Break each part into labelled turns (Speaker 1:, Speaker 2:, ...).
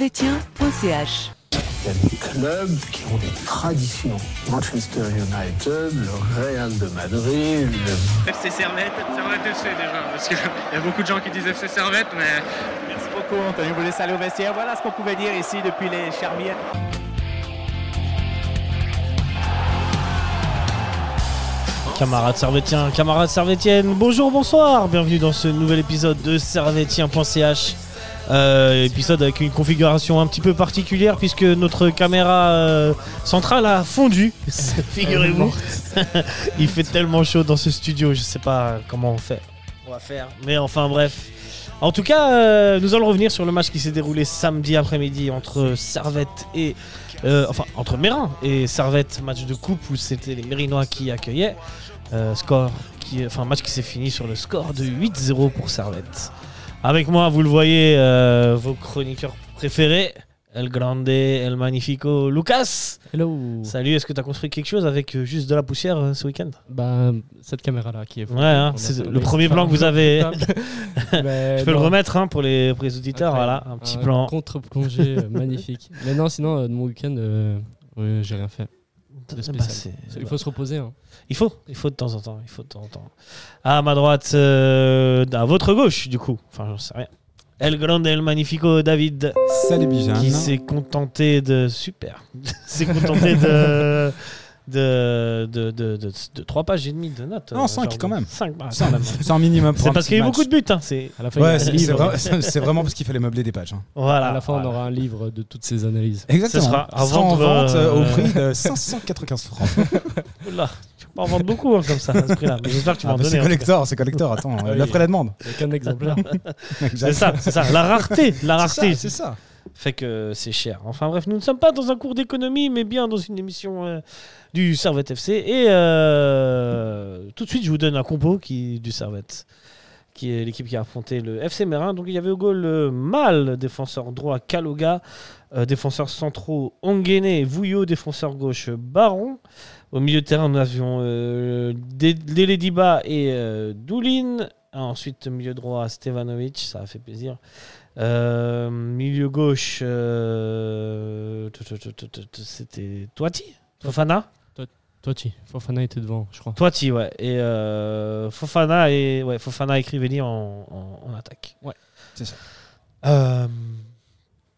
Speaker 1: servetien.ch
Speaker 2: Il y a des clubs qui ont des traditions. Manchester United, le Real de Madrid, le-
Speaker 3: FC Servette. Servette FC déjà, parce qu'il y a beaucoup de gens qui disent FC Servette, mais. Merci beaucoup, Anthony. Vous laissez aller au vestiaire. Voilà ce qu'on pouvait dire ici depuis les Charmières.
Speaker 4: Camarades servétiens, camarades servétiennes, bonjour, bonsoir, bienvenue dans ce nouvel épisode de servétien.ch. Euh, épisode avec une configuration un petit peu particulière puisque notre caméra euh, centrale a fondu, figurez-vous. Il fait tellement chaud dans ce studio, je sais pas comment on fait. On va faire, mais enfin bref. En tout cas, euh, nous allons revenir sur le match qui s'est déroulé samedi après-midi entre Servette et. euh, enfin, entre Mérin et Servette, match de coupe où c'était les Mérinois qui accueillaient. Euh, score qui, enfin, match qui s'est fini sur le score de 8-0 pour Servette. Avec moi, vous le voyez, euh, vos chroniqueurs préférés, El Grande, El Magnifico, Lucas.
Speaker 5: Hello
Speaker 4: Salut, est-ce que tu as construit quelque chose avec euh, juste de la poussière euh, ce week-end
Speaker 5: Bah, cette caméra-là qui est...
Speaker 4: Ouais, hein, c'est le premier plan que vous avez.
Speaker 5: Ben,
Speaker 4: Je peux le remettre hein, pour, les, pour les auditeurs,
Speaker 5: Incroyable.
Speaker 4: voilà, un petit plan.
Speaker 5: contre-plongée euh, magnifique. Mais non, sinon, euh, de mon week-end, euh, ouais, j'ai rien fait.
Speaker 4: Bah,
Speaker 5: spécial.
Speaker 4: c'est-
Speaker 5: Il faut se reposer. hein.
Speaker 4: Il faut, il faut de temps en temps, il faut de temps en temps. À ma droite, euh, à votre gauche, du coup. Enfin, j'en sais rien. El Grande, El Magnifico, David,
Speaker 6: Salut Bijan.
Speaker 4: qui s'est contenté de super, s'est contenté de de, de, de, de- de trois pages et demie de notes.
Speaker 6: Non, cinq,
Speaker 4: genre
Speaker 6: quand
Speaker 4: de-
Speaker 6: même.
Speaker 4: Cinq, bah,
Speaker 6: Ah, C'est
Speaker 4: quand même.
Speaker 6: un- c'est un minimum. pour
Speaker 4: C'est
Speaker 6: un
Speaker 4: parce
Speaker 6: petit
Speaker 4: qu'il y a eu
Speaker 6: match.
Speaker 4: beaucoup de buts. hein, c'est
Speaker 5: À la fin, il y a
Speaker 6: Ouais,
Speaker 5: un
Speaker 6: c'est c'est
Speaker 5: livre.
Speaker 6: vra- c'est vraiment parce qu'il fallait meubler des pages. hein.
Speaker 4: voilà.
Speaker 5: À la fin,
Speaker 4: Voilà.
Speaker 5: on aura un livre de toutes ces analyses.
Speaker 6: Exactement.
Speaker 4: sera à
Speaker 6: Ce sera en
Speaker 4: vendre,
Speaker 6: vente euh,
Speaker 4: euh,
Speaker 6: au prix de 595 francs. Ah,
Speaker 4: Oula, tu peux pas en vendre beaucoup hein, comme ça à ce prix-là. Mais j'espère que tu
Speaker 6: Ah,
Speaker 4: vas en
Speaker 6: bah,
Speaker 4: donner.
Speaker 6: c'est
Speaker 4: en tout cas.
Speaker 6: collector, c'est collector. Attends,
Speaker 5: Ah
Speaker 6: euh,
Speaker 5: oui.
Speaker 6: l'offre et la demande.
Speaker 5: Il n'y a qu'un exemplaire.
Speaker 4: C'est ça, c'est ça. La rareté, la rareté.
Speaker 6: C'est ça, c'est ça.
Speaker 4: fait que c'est cher. Enfin bref, nous ne sommes pas dans un cours d'économie, mais bien dans une émission euh, du Servette FC. Et euh, tout de suite, je vous donne un compo qui, du Servette, qui est l'équipe qui a affronté le FC Mérin. Donc il y avait au goal euh, Mal, défenseur droit Kaloga, euh, défenseur centraux Ongene, Vouillot, défenseur gauche Baron. Au milieu de terrain, nous avions euh, Dé- Dele Diba et euh, Doulin. Ah, ensuite, milieu droit Stevanovic, ça a fait plaisir. Euh, milieu gauche, euh, tout, tout, tout, tout, tout, tout, c'était Toiti Fofana
Speaker 5: Toi, tu Fofana était devant, je crois.
Speaker 4: Toiti, ouais. Et euh, Fofana et ouais, Fofana et Crivelli en, en- en attaque.
Speaker 5: Ouais,
Speaker 6: c'est ça.
Speaker 4: Euh,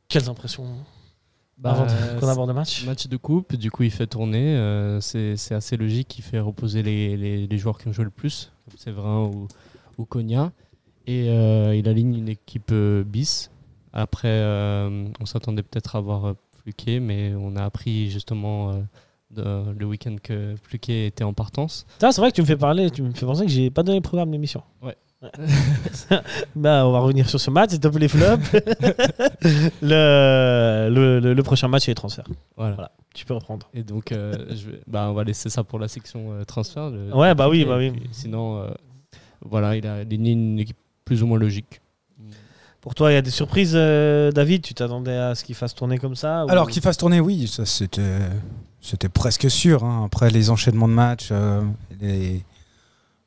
Speaker 4: quelles impressions
Speaker 5: Bah,
Speaker 4: avant
Speaker 5: euh,
Speaker 4: qu'on aborde le match
Speaker 5: Match de coupe, du coup il fait tourner, euh, c'est c'est assez logique, il fait reposer les, les- les joueurs qui ont joué le plus, comme Séverin ou, ou Konya, et euh, il aligne une équipe euh, bis. Après, euh, on s'attendait peut-être à voir euh, Pluquet, mais on a appris justement euh, de- le week-end que Pluquet était en partance.
Speaker 4: Putain, C'est vrai que tu me fais parler, tu me fais penser que j'ai pas donné le programme d'émission.
Speaker 5: Ouais.
Speaker 4: bah, on va revenir sur ce match, c'est top les flops. le, le, le- le prochain match et les transferts.
Speaker 5: Voilà.
Speaker 4: Voilà. Tu peux reprendre.
Speaker 5: Et donc, euh, je vais- bah, on va laisser ça pour la section euh, transfert. le-
Speaker 4: Ouais, bah oui,
Speaker 5: et
Speaker 4: bah oui.
Speaker 5: puis, sinon, euh, voilà, il a aligné une équipe plus ou moins logique.
Speaker 4: Pour toi, il y a des surprises, euh, David Tu t'attendais à ce qu'il fasse tourner comme ça ou-
Speaker 6: Alors qu'il fasse tourner, oui, ça c'était c'était presque sûr. hein. Après les enchaînements de matchs, euh, les,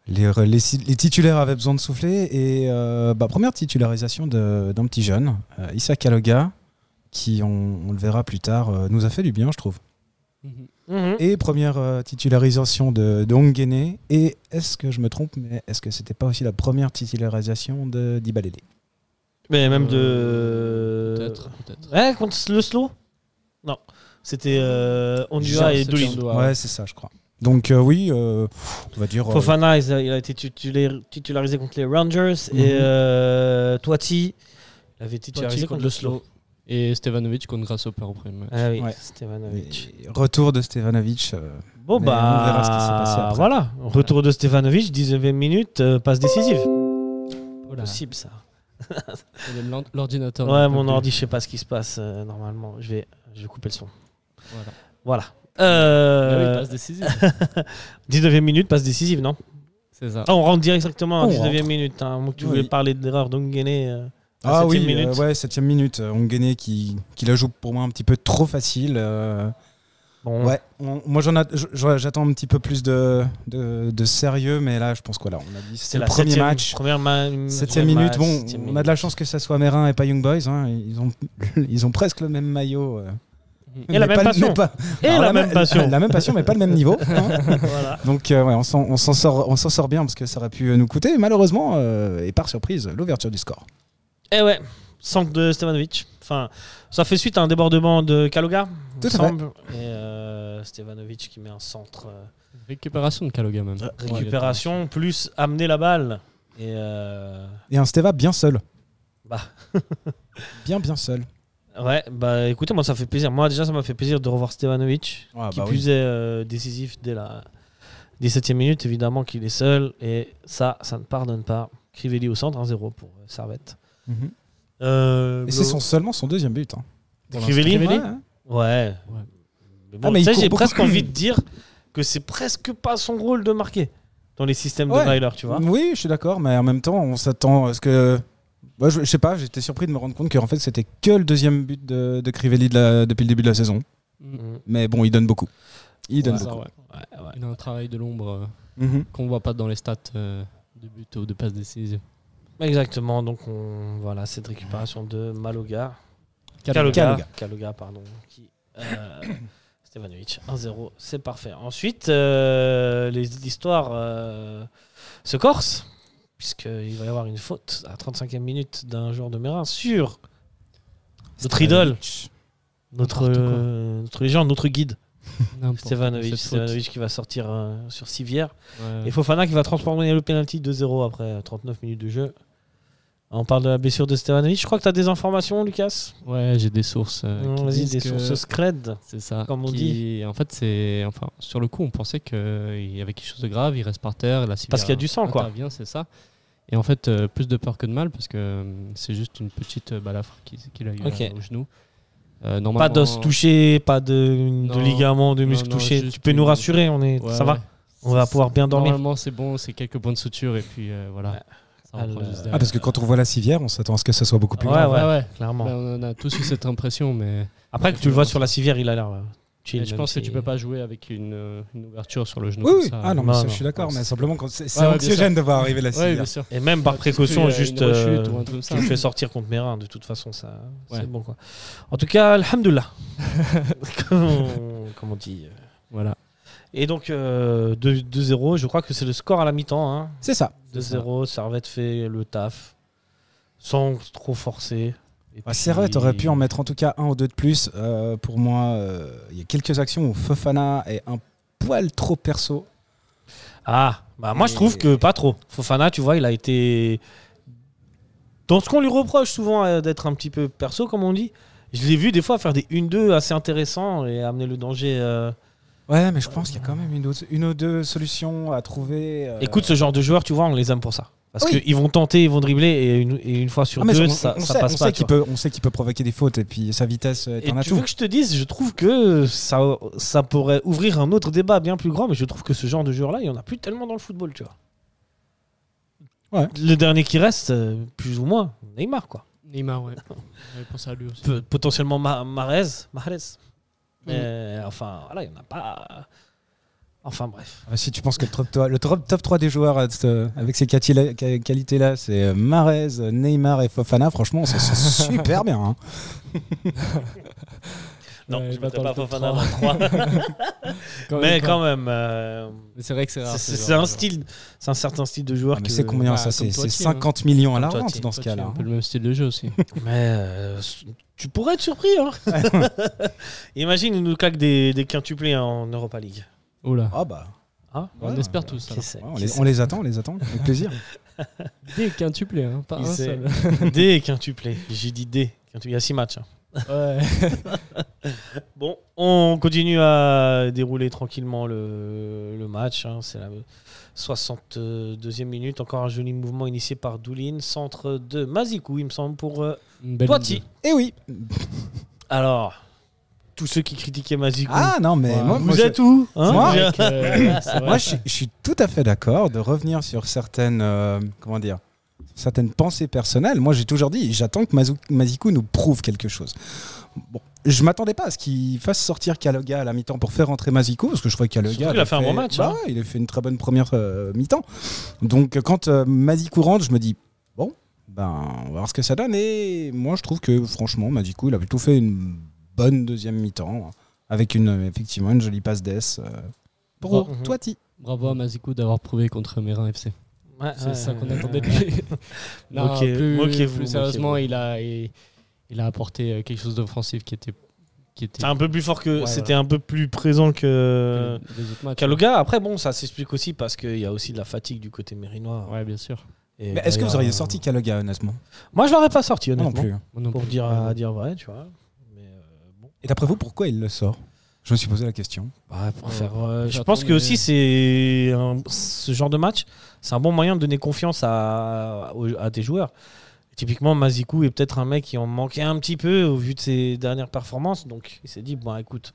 Speaker 6: les, re- les si- les titulaires avaient besoin de souffler. Et euh, bah, première titularisation de- d'un petit jeune, euh, Issa Kaloga, qui, on, on le verra plus tard, euh, nous a fait du bien, je trouve.
Speaker 4: Mhm.
Speaker 6: Et première euh, titularisation de, de Ongene. Et est-ce que je me trompe, mais est-ce que c'était pas aussi la première titularisation de Dibalélé
Speaker 4: Mais même
Speaker 5: Euh,
Speaker 4: de.
Speaker 5: Peut-être, peut-être.
Speaker 4: Ouais, contre le slow Non. C'était euh, Ondua
Speaker 5: Jean,
Speaker 4: et
Speaker 5: c'est
Speaker 4: Doulin.
Speaker 5: Jean
Speaker 6: Ouais, c'est ça, je crois. Donc euh, oui, euh, on va dire. euh,
Speaker 4: Fofana, il a, il a été titulaire- titularisé contre les Rangers.
Speaker 6: Mhm.
Speaker 4: Et euh, Toiti, il avait été
Speaker 5: Toiti
Speaker 4: titularisé contre le slow.
Speaker 5: Et Stevanovic contre Grasshopper au premier.
Speaker 4: Ah oui,
Speaker 6: Ouais.
Speaker 4: Stevanovic.
Speaker 6: Retour de Stevanovic. euh,
Speaker 4: Bon,
Speaker 6: Mais
Speaker 4: bah.
Speaker 6: on verra ce qui s'est passé après.
Speaker 4: Voilà. Retour de Stevanovic, 19 e minute, euh, passe décisive.
Speaker 5: Voilà.
Speaker 4: Possible, ça.
Speaker 5: L'ordinateur.
Speaker 4: ouais,
Speaker 5: ne peut
Speaker 4: mon
Speaker 5: plus.
Speaker 4: ordi, je sais pas ce qui se passe euh, normalement. Je vais, je vais couper le son.
Speaker 5: Voilà.
Speaker 4: Voilà.
Speaker 5: Ah oui,
Speaker 4: Euh,
Speaker 5: passe décisive.
Speaker 4: 19e minute, passe décisive, non
Speaker 5: C'est ça.
Speaker 4: Ah, On rentre directement à
Speaker 6: On
Speaker 4: 19e
Speaker 6: rentre.
Speaker 4: minute. hein. Moi, tu
Speaker 6: Oui.
Speaker 4: voulais parler de l'erreur d'Ongene. euh, à
Speaker 6: Ah
Speaker 4: 7e
Speaker 6: oui, euh,
Speaker 4: minute.
Speaker 6: ouais, septième minute. euh, Ongene qui, qui la joue pour moi un petit peu trop facile. euh,
Speaker 4: Bon,
Speaker 6: Ouais, on- moi j'en att- j- j'aurais- j'attends un petit peu plus de, de, de sérieux, mais là je pense quoi là on a dit
Speaker 4: c'est
Speaker 6: c'était
Speaker 4: la
Speaker 6: le premier
Speaker 4: septième-
Speaker 6: match,
Speaker 4: Première ma-
Speaker 6: Mmh, septième
Speaker 4: première match,
Speaker 6: minute. Bon,
Speaker 4: septième
Speaker 6: on a de la chance que ça soit Mérin et pas Young Boys, hein. ils ont ils ont presque le même maillot. euh.
Speaker 4: Et
Speaker 6: Mais
Speaker 4: la même
Speaker 6: pas le-
Speaker 4: passion.
Speaker 6: mais pas-
Speaker 4: Et
Speaker 6: alors,
Speaker 4: la même
Speaker 6: me-
Speaker 4: passion.
Speaker 6: La même passion, mais pas le même niveau. hein.
Speaker 4: minute. Voilà.
Speaker 6: Donc euh, ouais, on s'en on s'en sort, on s'en sort bien parce que ça aurait pu nous coûter. Malheureusement, euh, et par surprise, l'ouverture du score.
Speaker 4: Et ouais, Sank de Stevanovic. Enfin, ça fait suite à un débordement de Kaloga, il
Speaker 6: Tout
Speaker 4: me
Speaker 6: à fait.
Speaker 4: semble. Et euh, Stevanovic qui met un centre. euh,
Speaker 5: Récupération de Kaloga même.
Speaker 4: récupération plus amener la balle et euh,
Speaker 6: Et un Steva bien seul.
Speaker 4: Bah.
Speaker 6: bien bien seul.
Speaker 4: ouais bah écoutez moi ça fait plaisir moi déjà ça m'a fait plaisir de revoir Stevanovic
Speaker 6: Ah,
Speaker 4: qui
Speaker 6: bah oui.
Speaker 4: plus est euh, décisif dès la 17 e minute évidemment qu'il est seul et ça ça ne pardonne pas Crivelli au centre 1-0 pour euh, Servette
Speaker 6: Mhm.
Speaker 4: Euh,
Speaker 6: Et c'est son, seulement son deuxième but. hein.
Speaker 4: Pour Crivelli
Speaker 6: Ouais,
Speaker 4: ouais,
Speaker 6: hein.
Speaker 4: Mais bon,
Speaker 6: Ah, mais
Speaker 4: tu
Speaker 6: il
Speaker 4: sais,
Speaker 6: court
Speaker 4: j'ai
Speaker 6: beaucoup.
Speaker 4: presque envie de dire que c'est presque pas son rôle de marquer dans les systèmes
Speaker 6: Ouais.
Speaker 4: de Weiler tu vois
Speaker 6: Oui, je suis d'accord, mais en même temps, on s'attend à ce que. Moi, je, je sais pas, j'étais surpris de me rendre compte que en fait, c'était que le deuxième but de, de Crivelli de la- depuis le début de la saison.
Speaker 4: Mhm.
Speaker 6: Mais bon, il donne beaucoup. Il donne
Speaker 5: Ouais, ça,
Speaker 6: beaucoup.
Speaker 5: ouais.
Speaker 4: Ouais, ouais.
Speaker 5: Il a un travail de l'ombre euh,
Speaker 6: Mhm.
Speaker 5: qu'on voit pas dans les stats euh, de but ou de passe décisive.
Speaker 4: Exactement, donc on, voilà cette récupération de Maloga.
Speaker 5: Kaloga.
Speaker 4: Kaloga, Kaloga, pardon. Qui, euh, Stevanovic, 1-0, c'est parfait. Ensuite, euh, les- l'histoire euh, se corse, puisqu'il va y avoir une faute à 35e minute d'un joueur de Mérin sur notre idole, notre,
Speaker 5: N'importe quoi.
Speaker 4: euh, notre légende, notre guide,
Speaker 5: N'importe quoi,
Speaker 4: Stevanovic.
Speaker 5: cette faute.
Speaker 4: Stevanovic qui va sortir euh, sur Sivière.
Speaker 5: Ouais.
Speaker 4: Et Fofana qui va transformer le penalty 2-0 après 39 minutes de jeu. On parle de la blessure de Stevanovic. Je crois que tu as des informations, Lucas.
Speaker 5: Ouais, j'ai des sources. euh,
Speaker 4: Non,
Speaker 5: qui
Speaker 4: Vas-y,
Speaker 5: disent
Speaker 4: des
Speaker 5: que-
Speaker 4: sources scred.
Speaker 5: C'est ça.
Speaker 4: Comme on
Speaker 5: qui- En fait, c'est. Enfin, sur le coup, on pensait qu'il y avait quelque chose de grave, il reste par terre. La
Speaker 4: Parce qu'il y a du sang, quoi.
Speaker 5: Intervient, c'est ça. Et en fait, euh, plus de peur que de mal, parce que euh, c'est juste une petite euh, balafre qu'il qu'il a eu
Speaker 4: Ok.
Speaker 5: euh, au genou. Euh,
Speaker 4: Pas
Speaker 5: normalement-
Speaker 4: d'os touché, pas de, de
Speaker 5: Non.
Speaker 4: ligaments, de muscles
Speaker 5: non,
Speaker 4: touchés.
Speaker 5: juste
Speaker 4: Tu peux nous
Speaker 5: une-
Speaker 4: rassurer, on est,
Speaker 5: Ouais,
Speaker 4: ça va
Speaker 5: ouais.
Speaker 4: On va pouvoir bien dormir.
Speaker 5: Normalement, c'est bon, c'est quelques points de suture, et puis euh, voilà.
Speaker 4: Ouais.
Speaker 5: Ça reprend
Speaker 4: Alors-
Speaker 5: juste
Speaker 6: Ah,
Speaker 5: derrière.
Speaker 6: parce que quand on voit la civière, on s'attend à ce que ça soit beaucoup plus
Speaker 4: Ouais,
Speaker 6: grave.
Speaker 5: Ouais, ouais.
Speaker 4: Clairement.
Speaker 5: Ben, on en a tous eu cette impression, mais
Speaker 4: Après que tu le vois sur la civière, il a l'air euh, chill.
Speaker 5: mais je
Speaker 4: même
Speaker 5: pense que
Speaker 4: si-
Speaker 5: tu peux pas jouer avec une, euh, une ouverture sur le genou.
Speaker 6: Oui,
Speaker 5: comme
Speaker 6: oui.
Speaker 5: ça.
Speaker 6: Ah non, mais
Speaker 4: Non,
Speaker 6: ça,
Speaker 4: non.
Speaker 6: je suis d'accord, mais simplement quand c'est c'est
Speaker 5: Ouais, ouais, bien
Speaker 6: anxiogène de voir arriver la
Speaker 5: Ouais,
Speaker 6: civière.
Speaker 5: bien sûr.
Speaker 4: Et même par
Speaker 5: Parce
Speaker 4: précaution,
Speaker 5: qu'il y a
Speaker 4: juste
Speaker 5: une rechute
Speaker 4: euh,
Speaker 5: ou un truc comme
Speaker 4: tu
Speaker 5: ça.
Speaker 4: le fais sortir contre Mérin, de toute façon, ça
Speaker 5: Ouais.
Speaker 4: c'est bon quoi. En tout cas, Alhamdulillah. comme, on- comme on dit. euh,
Speaker 5: Voilà.
Speaker 4: Et donc euh, 2 2-0, je crois que c'est le score à la mi-temps. hein.
Speaker 6: C'est ça.
Speaker 5: C'est ça.
Speaker 4: 2-0, Servette fait le taf sans trop forcer. Et
Speaker 6: Bah,
Speaker 4: puis-
Speaker 6: Servette aurait pu en mettre en tout cas un ou deux de plus. Euh, pour moi, euh, il y a quelques actions où Fofana est un poil trop perso.
Speaker 4: Ah, bah moi je trouve que pas trop. Fofana, tu vois, il a été. Dans ce qu'on lui reproche souvent euh, d'être un petit peu perso, comme on dit, je l'ai vu des fois faire des 1-2 assez intéressants et amener le danger. euh,
Speaker 6: Ouais, mais je pense qu'il y a quand même une, autre- une ou deux solutions à trouver. euh,
Speaker 4: Écoute, ce genre de joueurs, tu vois, on les aime pour ça. Parce
Speaker 6: Oui.
Speaker 4: qu'ils vont tenter, ils vont dribbler et une, et une fois sur
Speaker 6: Ah, mais
Speaker 4: deux,
Speaker 6: on-
Speaker 4: ça,
Speaker 6: on
Speaker 4: ça
Speaker 6: sait-
Speaker 4: passe
Speaker 6: on
Speaker 4: pas.
Speaker 6: Sait
Speaker 4: tu
Speaker 6: qu'il
Speaker 4: vois.
Speaker 6: peut, on sait qu'il peut provoquer des fautes et puis sa vitesse est
Speaker 4: Et
Speaker 6: un
Speaker 4: tu veux
Speaker 6: atout.
Speaker 4: que je te dise, je trouve que ça, ça pourrait ouvrir un autre débat bien plus grand, mais je trouve que ce genre de joueur-là, il n'y en a plus tellement dans le football, tu vois.
Speaker 6: Ouais.
Speaker 4: Le dernier qui reste, euh, plus ou moins, Neymar, quoi.
Speaker 5: Neymar, ouais. J'avais pensé à lui aussi.
Speaker 4: Pe- potentiellement Ma- Mahrez. Mahrez.
Speaker 5: Mm.
Speaker 4: Mais, enfin, voilà, il n'y en a pas. Enfin, bref.
Speaker 6: Ah, Si tu penses que le top, toi- le top- top 3 des joueurs euh, euh, avec ces quali- qua- qualités-là, c'est euh, Marez, Neymar et Fofana, franchement, on s'en sort super bien. hein.
Speaker 4: Non,
Speaker 5: Ouais,
Speaker 4: je
Speaker 5: il
Speaker 4: ne
Speaker 5: va
Speaker 4: mettrai
Speaker 5: dans
Speaker 4: pas
Speaker 5: le top
Speaker 4: Fofana dans le 3. mais quand même. euh,
Speaker 5: Mais C'est vrai que c'est rare.
Speaker 4: C'est-
Speaker 5: ce
Speaker 4: C'est
Speaker 5: genre euh,
Speaker 4: c'est un
Speaker 5: de joueur.
Speaker 4: style, c'est un certain style de joueur
Speaker 6: Ah, mais
Speaker 4: que-
Speaker 6: c'est combien
Speaker 5: bah,
Speaker 6: ça
Speaker 5: comme
Speaker 6: C'est
Speaker 5: toi,
Speaker 6: c'est
Speaker 5: tiens.
Speaker 6: 50 millions à la
Speaker 4: hein. Comme toi,
Speaker 6: vente
Speaker 4: tiens.
Speaker 6: dans ce
Speaker 5: C'est
Speaker 6: cas-là.
Speaker 5: un peu
Speaker 4: hein.
Speaker 5: le même style de jeu aussi.
Speaker 4: Mais euh, s- tu pourrais être surpris. Hein Imagine, il nous claque des, des quintuplés en Europa League.
Speaker 5: Oula.
Speaker 6: Ah bah,
Speaker 4: Hein
Speaker 5: On
Speaker 6: ouais,
Speaker 5: espère tous ça.
Speaker 4: Qui sait,
Speaker 6: ouais, on,
Speaker 4: qui
Speaker 6: les,
Speaker 4: sait.
Speaker 6: on les attend, on les attend, avec plaisir.
Speaker 5: Des quintuplés, hein, pas
Speaker 4: Qui
Speaker 5: un
Speaker 4: sait.
Speaker 5: seul.
Speaker 4: Des quintuplés. J'ai dit des. quintuplés. Il y a six matchs. hein.
Speaker 5: Ouais.
Speaker 4: Bon, on continue à dérouler tranquillement le, le match. hein. C'est la 62e minute. Encore un joli mouvement initié par Doulin. Centre de Mazikou, il me semble, pour euh,
Speaker 5: Une belle
Speaker 4: Toiti.
Speaker 5: idée.
Speaker 6: Eh oui
Speaker 4: Alors, tous ceux qui critiquaient Mazikou,
Speaker 6: Ah non, mais
Speaker 5: Ouais.
Speaker 6: moi,
Speaker 4: vous
Speaker 6: moi, je-
Speaker 4: êtes où hein Ah,
Speaker 6: Moi
Speaker 5: C'est vrai que, euh, c'est vrai.
Speaker 6: moi, je, suis- je suis tout à fait d'accord de revenir sur certaines, euh, comment dire, certaines pensées personnelles. Moi, j'ai toujours dit, j'attends que Mazu- Mazikou nous prouve quelque chose. Bon, je m'attendais pas à ce qu'il fasse sortir Kaloga à la mi-temps pour faire rentrer Mazikou, parce que je crois que Kaloga.
Speaker 4: Surtout qu'il a fait un bon match,
Speaker 6: bah
Speaker 4: hein.
Speaker 6: ouais, il a fait une très bonne première euh, mi-temps. Donc, euh, quand euh, Mazikou rentre, je me dis, bon, ben, on va voir ce que ça donne. Et moi, je trouve que, franchement, Mazikou, il a plutôt fait une bonne deuxième mi-temps, hein, avec une, euh, effectivement une jolie passe d'ess. euh, pour
Speaker 5: Mhm.
Speaker 6: Toiti.
Speaker 5: Bravo à Mazikou d'avoir prouvé contre Mérin FC.
Speaker 4: Ouais,
Speaker 5: C'est
Speaker 4: ouais,
Speaker 5: ça qu'on
Speaker 4: ouais.
Speaker 5: attendait de lui. Non,
Speaker 4: Ok,
Speaker 5: plus,
Speaker 4: moquez-vous,
Speaker 5: plus sérieusement,
Speaker 4: moquez-vous.
Speaker 5: il a, il, il a apporté euh, quelque chose d'offensif qui était, qui était
Speaker 4: C'est un peu plus fort que.
Speaker 5: Ouais,
Speaker 4: C'était un peu plus présent que.
Speaker 5: des autres matchs.
Speaker 4: Kaloga, après bon, ça s'explique aussi parce qu'il y a aussi de la fatigue du côté mérinois.
Speaker 5: Ouais, bien sûr.
Speaker 4: Et
Speaker 6: Mais est-ce que vous
Speaker 4: d'ailleurs,
Speaker 6: auriez
Speaker 4: euh,
Speaker 6: sorti Ah Kaloga, honnêtement
Speaker 4: Moi, je l'aurais pas sorti, honnêtement.
Speaker 6: hein.
Speaker 5: Moi non
Speaker 4: Pour
Speaker 5: plus.
Speaker 4: dire,
Speaker 5: Ouais.
Speaker 4: à dire vrai, tu vois. Mais euh, bon.
Speaker 6: Et d'après vous, pourquoi il le sort Je me suis posé la question.
Speaker 4: Bah, pour
Speaker 5: Ouais.
Speaker 4: faire, euh, je
Speaker 5: J'attends,
Speaker 4: pense que
Speaker 5: mais-
Speaker 4: aussi c'est un- ce genre de match, c'est un bon moyen de donner confiance à, aux- à tes joueurs. Typiquement, Mazikou est peut-être un mec qui en manquait un petit peu au vu de ses dernières performances. Donc, il s'est dit bon, écoute,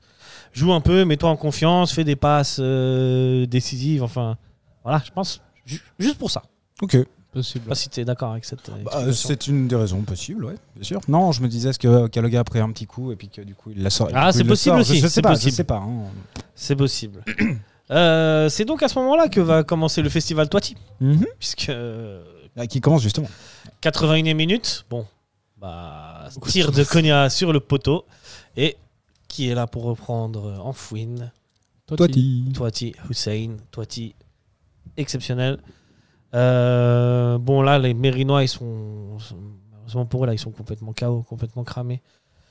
Speaker 4: joue un peu, mets-toi en confiance, fais des passes euh, décisives. Enfin, voilà, je pense ju- juste pour ça.
Speaker 6: Ok.
Speaker 4: Je
Speaker 5: Possible.
Speaker 4: sais pas si tu es d'accord avec cette. euh,
Speaker 6: Bah,
Speaker 4: explication.
Speaker 6: c'est une des raisons possibles, ouais, bien sûr. Non, je me disais est-ce que Kaloga a pris un petit coup et puis que du coup il l'a sorti.
Speaker 4: Ah, c'est possible aussi,
Speaker 6: Je, je
Speaker 4: c'est
Speaker 6: sais pas,
Speaker 4: possible.
Speaker 6: je sais pas. hein.
Speaker 4: c'est possible. Euh, c'est donc à ce moment-là que va commencer le festival Toiti, puisque euh,
Speaker 6: Ah, qui commence justement.
Speaker 4: 81e minute. Bon, bah, tir de Konya sur le poteau. Et qui est là pour reprendre euh, en fouine
Speaker 5: Toiti.
Speaker 4: Toiti Hussein. Toiti, exceptionnel. Euh, bon, là, les Mérinois, ils sont. sont- Malheureusement pour eux, là, ils sont complètement KO, complètement cramés.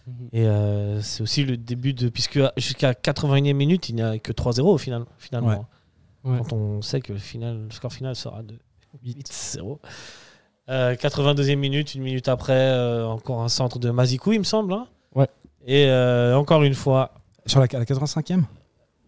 Speaker 5: Mhm.
Speaker 4: Et euh, c'est aussi le début de. Puisque à- jusqu'à 81e minute, il n'y a que 3-0 au final, finalement.
Speaker 6: Ouais.
Speaker 5: Ouais.
Speaker 4: Quand on sait que le, final, le score final sera de 8-0. Euh, 82e minute, une minute après, euh, encore un centre de Mazikou, il me semble. hein.
Speaker 5: Ouais.
Speaker 4: Et euh, encore une fois,
Speaker 6: Sur la, à la 85e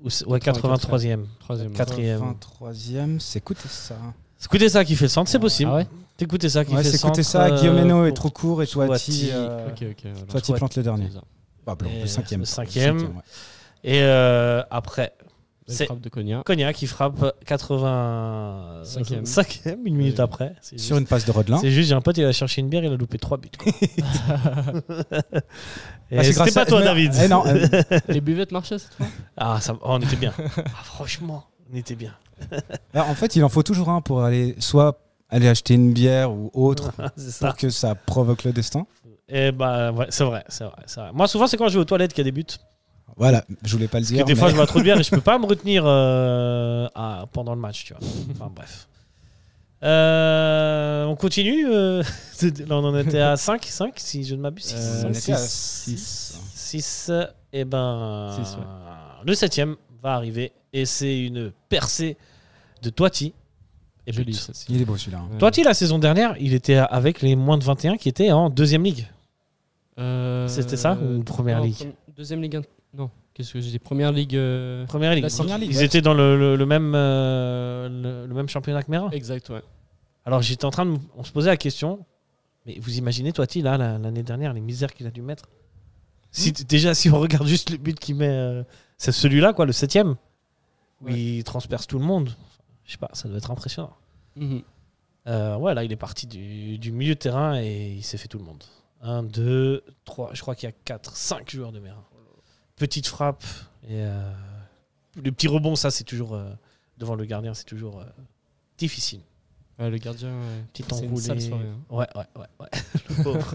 Speaker 4: ou c'est- ouais, 83e,
Speaker 5: Troisième.
Speaker 4: 4e.
Speaker 6: 83e, c'est écoutez ça.
Speaker 4: C'est écoutez ça qui fait le centre, c'est possible.
Speaker 5: Ah ouais
Speaker 4: C'est écoutez ça qui
Speaker 6: Ouais,
Speaker 4: fait
Speaker 6: c'est
Speaker 4: le centre.
Speaker 6: écoutez ça,
Speaker 4: euh,
Speaker 6: Guillaume Hénaud est
Speaker 4: pour-
Speaker 6: trop court et Toati.
Speaker 4: Toiti,
Speaker 6: euh,
Speaker 5: Ok, ok. voilà.
Speaker 6: Toiti plante le dernier.
Speaker 5: C'est ça.
Speaker 6: Bah, bon,
Speaker 4: Et
Speaker 6: le cinquième.
Speaker 4: le
Speaker 6: pardon,
Speaker 4: cinquième.
Speaker 6: cinquième, ouais.
Speaker 4: Et euh, après,
Speaker 5: Belle
Speaker 4: C'est-
Speaker 5: frappe de Konya.
Speaker 4: Cognac qui frappe 85e,
Speaker 5: Cinquième.
Speaker 4: une minute
Speaker 5: Ouais.
Speaker 4: après. C'est
Speaker 6: Sur
Speaker 4: juste-
Speaker 6: une passe de Rodelin. Ah,
Speaker 4: c'est juste, j'ai un pote, il a cherché une bière, il a loupé 3 buts. quoi. Et
Speaker 6: Ah, c'est
Speaker 4: Eh, C'était
Speaker 6: grâce
Speaker 4: pas
Speaker 6: à-
Speaker 4: toi,
Speaker 6: mais-
Speaker 4: David.
Speaker 6: eh non, euh,
Speaker 5: Les buvettes marchaient cette fois
Speaker 4: Ah, ça, oh, on était bien. Ah, franchement, on était bien.
Speaker 6: bah, en fait, il en faut toujours un pour aller soit aller acheter une bière ou autre
Speaker 4: c'est ça.
Speaker 6: pour que ça provoque le destin.
Speaker 4: Eh ben, ouais, c'est vrai, c'est vrai, c'est vrai. Moi, souvent, c'est quand je vais aux toilettes qu'il y a des buts.
Speaker 6: Voilà, je voulais pas le
Speaker 4: Parce que
Speaker 6: dire.
Speaker 4: des fois,
Speaker 6: mais-
Speaker 4: je bois trop de bière et je peux pas me retenir euh, à- pendant le match, tu vois. Enfin, bref. Euh, on continue. euh, là, on en était à 5, 5, si je ne m'abuse. 6,
Speaker 5: Euh,
Speaker 6: On
Speaker 5: six,
Speaker 6: était à
Speaker 5: six.
Speaker 6: six.
Speaker 4: et ben,
Speaker 5: Six, ouais.
Speaker 4: le septième va arriver et c'est une percée de Toiti. Et
Speaker 5: Joli,
Speaker 4: but.
Speaker 5: ça, c'est-
Speaker 6: Il est beau celui-là. hein.
Speaker 5: Ouais.
Speaker 4: Toiti, la saison dernière, il était avec les moins de 21 qui étaient en deuxième ligue.
Speaker 5: Euh,
Speaker 4: C'était ça ou Première
Speaker 5: non,
Speaker 4: Ligue
Speaker 5: premi- Deuxième Ligue. un- Non, qu'est-ce que j'ai dit Première Ligue. euh,
Speaker 4: Première ligue.
Speaker 5: La Première
Speaker 6: Ligue,
Speaker 4: Ils
Speaker 6: ouais.
Speaker 4: étaient dans le, le- le même, euh, le, le même championnat que Merin.
Speaker 5: Exact, ouais.
Speaker 4: Alors j'étais en train de. m- On se posait la question. Mais vous imaginez, toi, là, la- l'année dernière, les misères qu'il a dû mettre si, t- Déjà, si on regarde juste le but qu'il met, euh, c'est celui-là, quoi, le septième. Où
Speaker 5: Ouais.
Speaker 4: il transperce tout le monde. Enfin, je sais pas, ça doit être impressionnant.
Speaker 5: Mhm.
Speaker 4: Euh, ouais, là, il est parti du, du milieu de terrain et il s'est fait tout le monde. 1, 2, 3, je crois qu'il y a 4, 5 joueurs de Merin. Petite frappe et euh, le petit rebond, ça, c'est toujours euh, devant le gardien, c'est toujours euh, difficile.
Speaker 5: Ouais, le gardien. ouais.
Speaker 4: Petit
Speaker 5: C'est une
Speaker 4: enroulé.
Speaker 5: sale soirée, hein.
Speaker 4: Ouais, ouais, ouais. ouais. Le pauvre.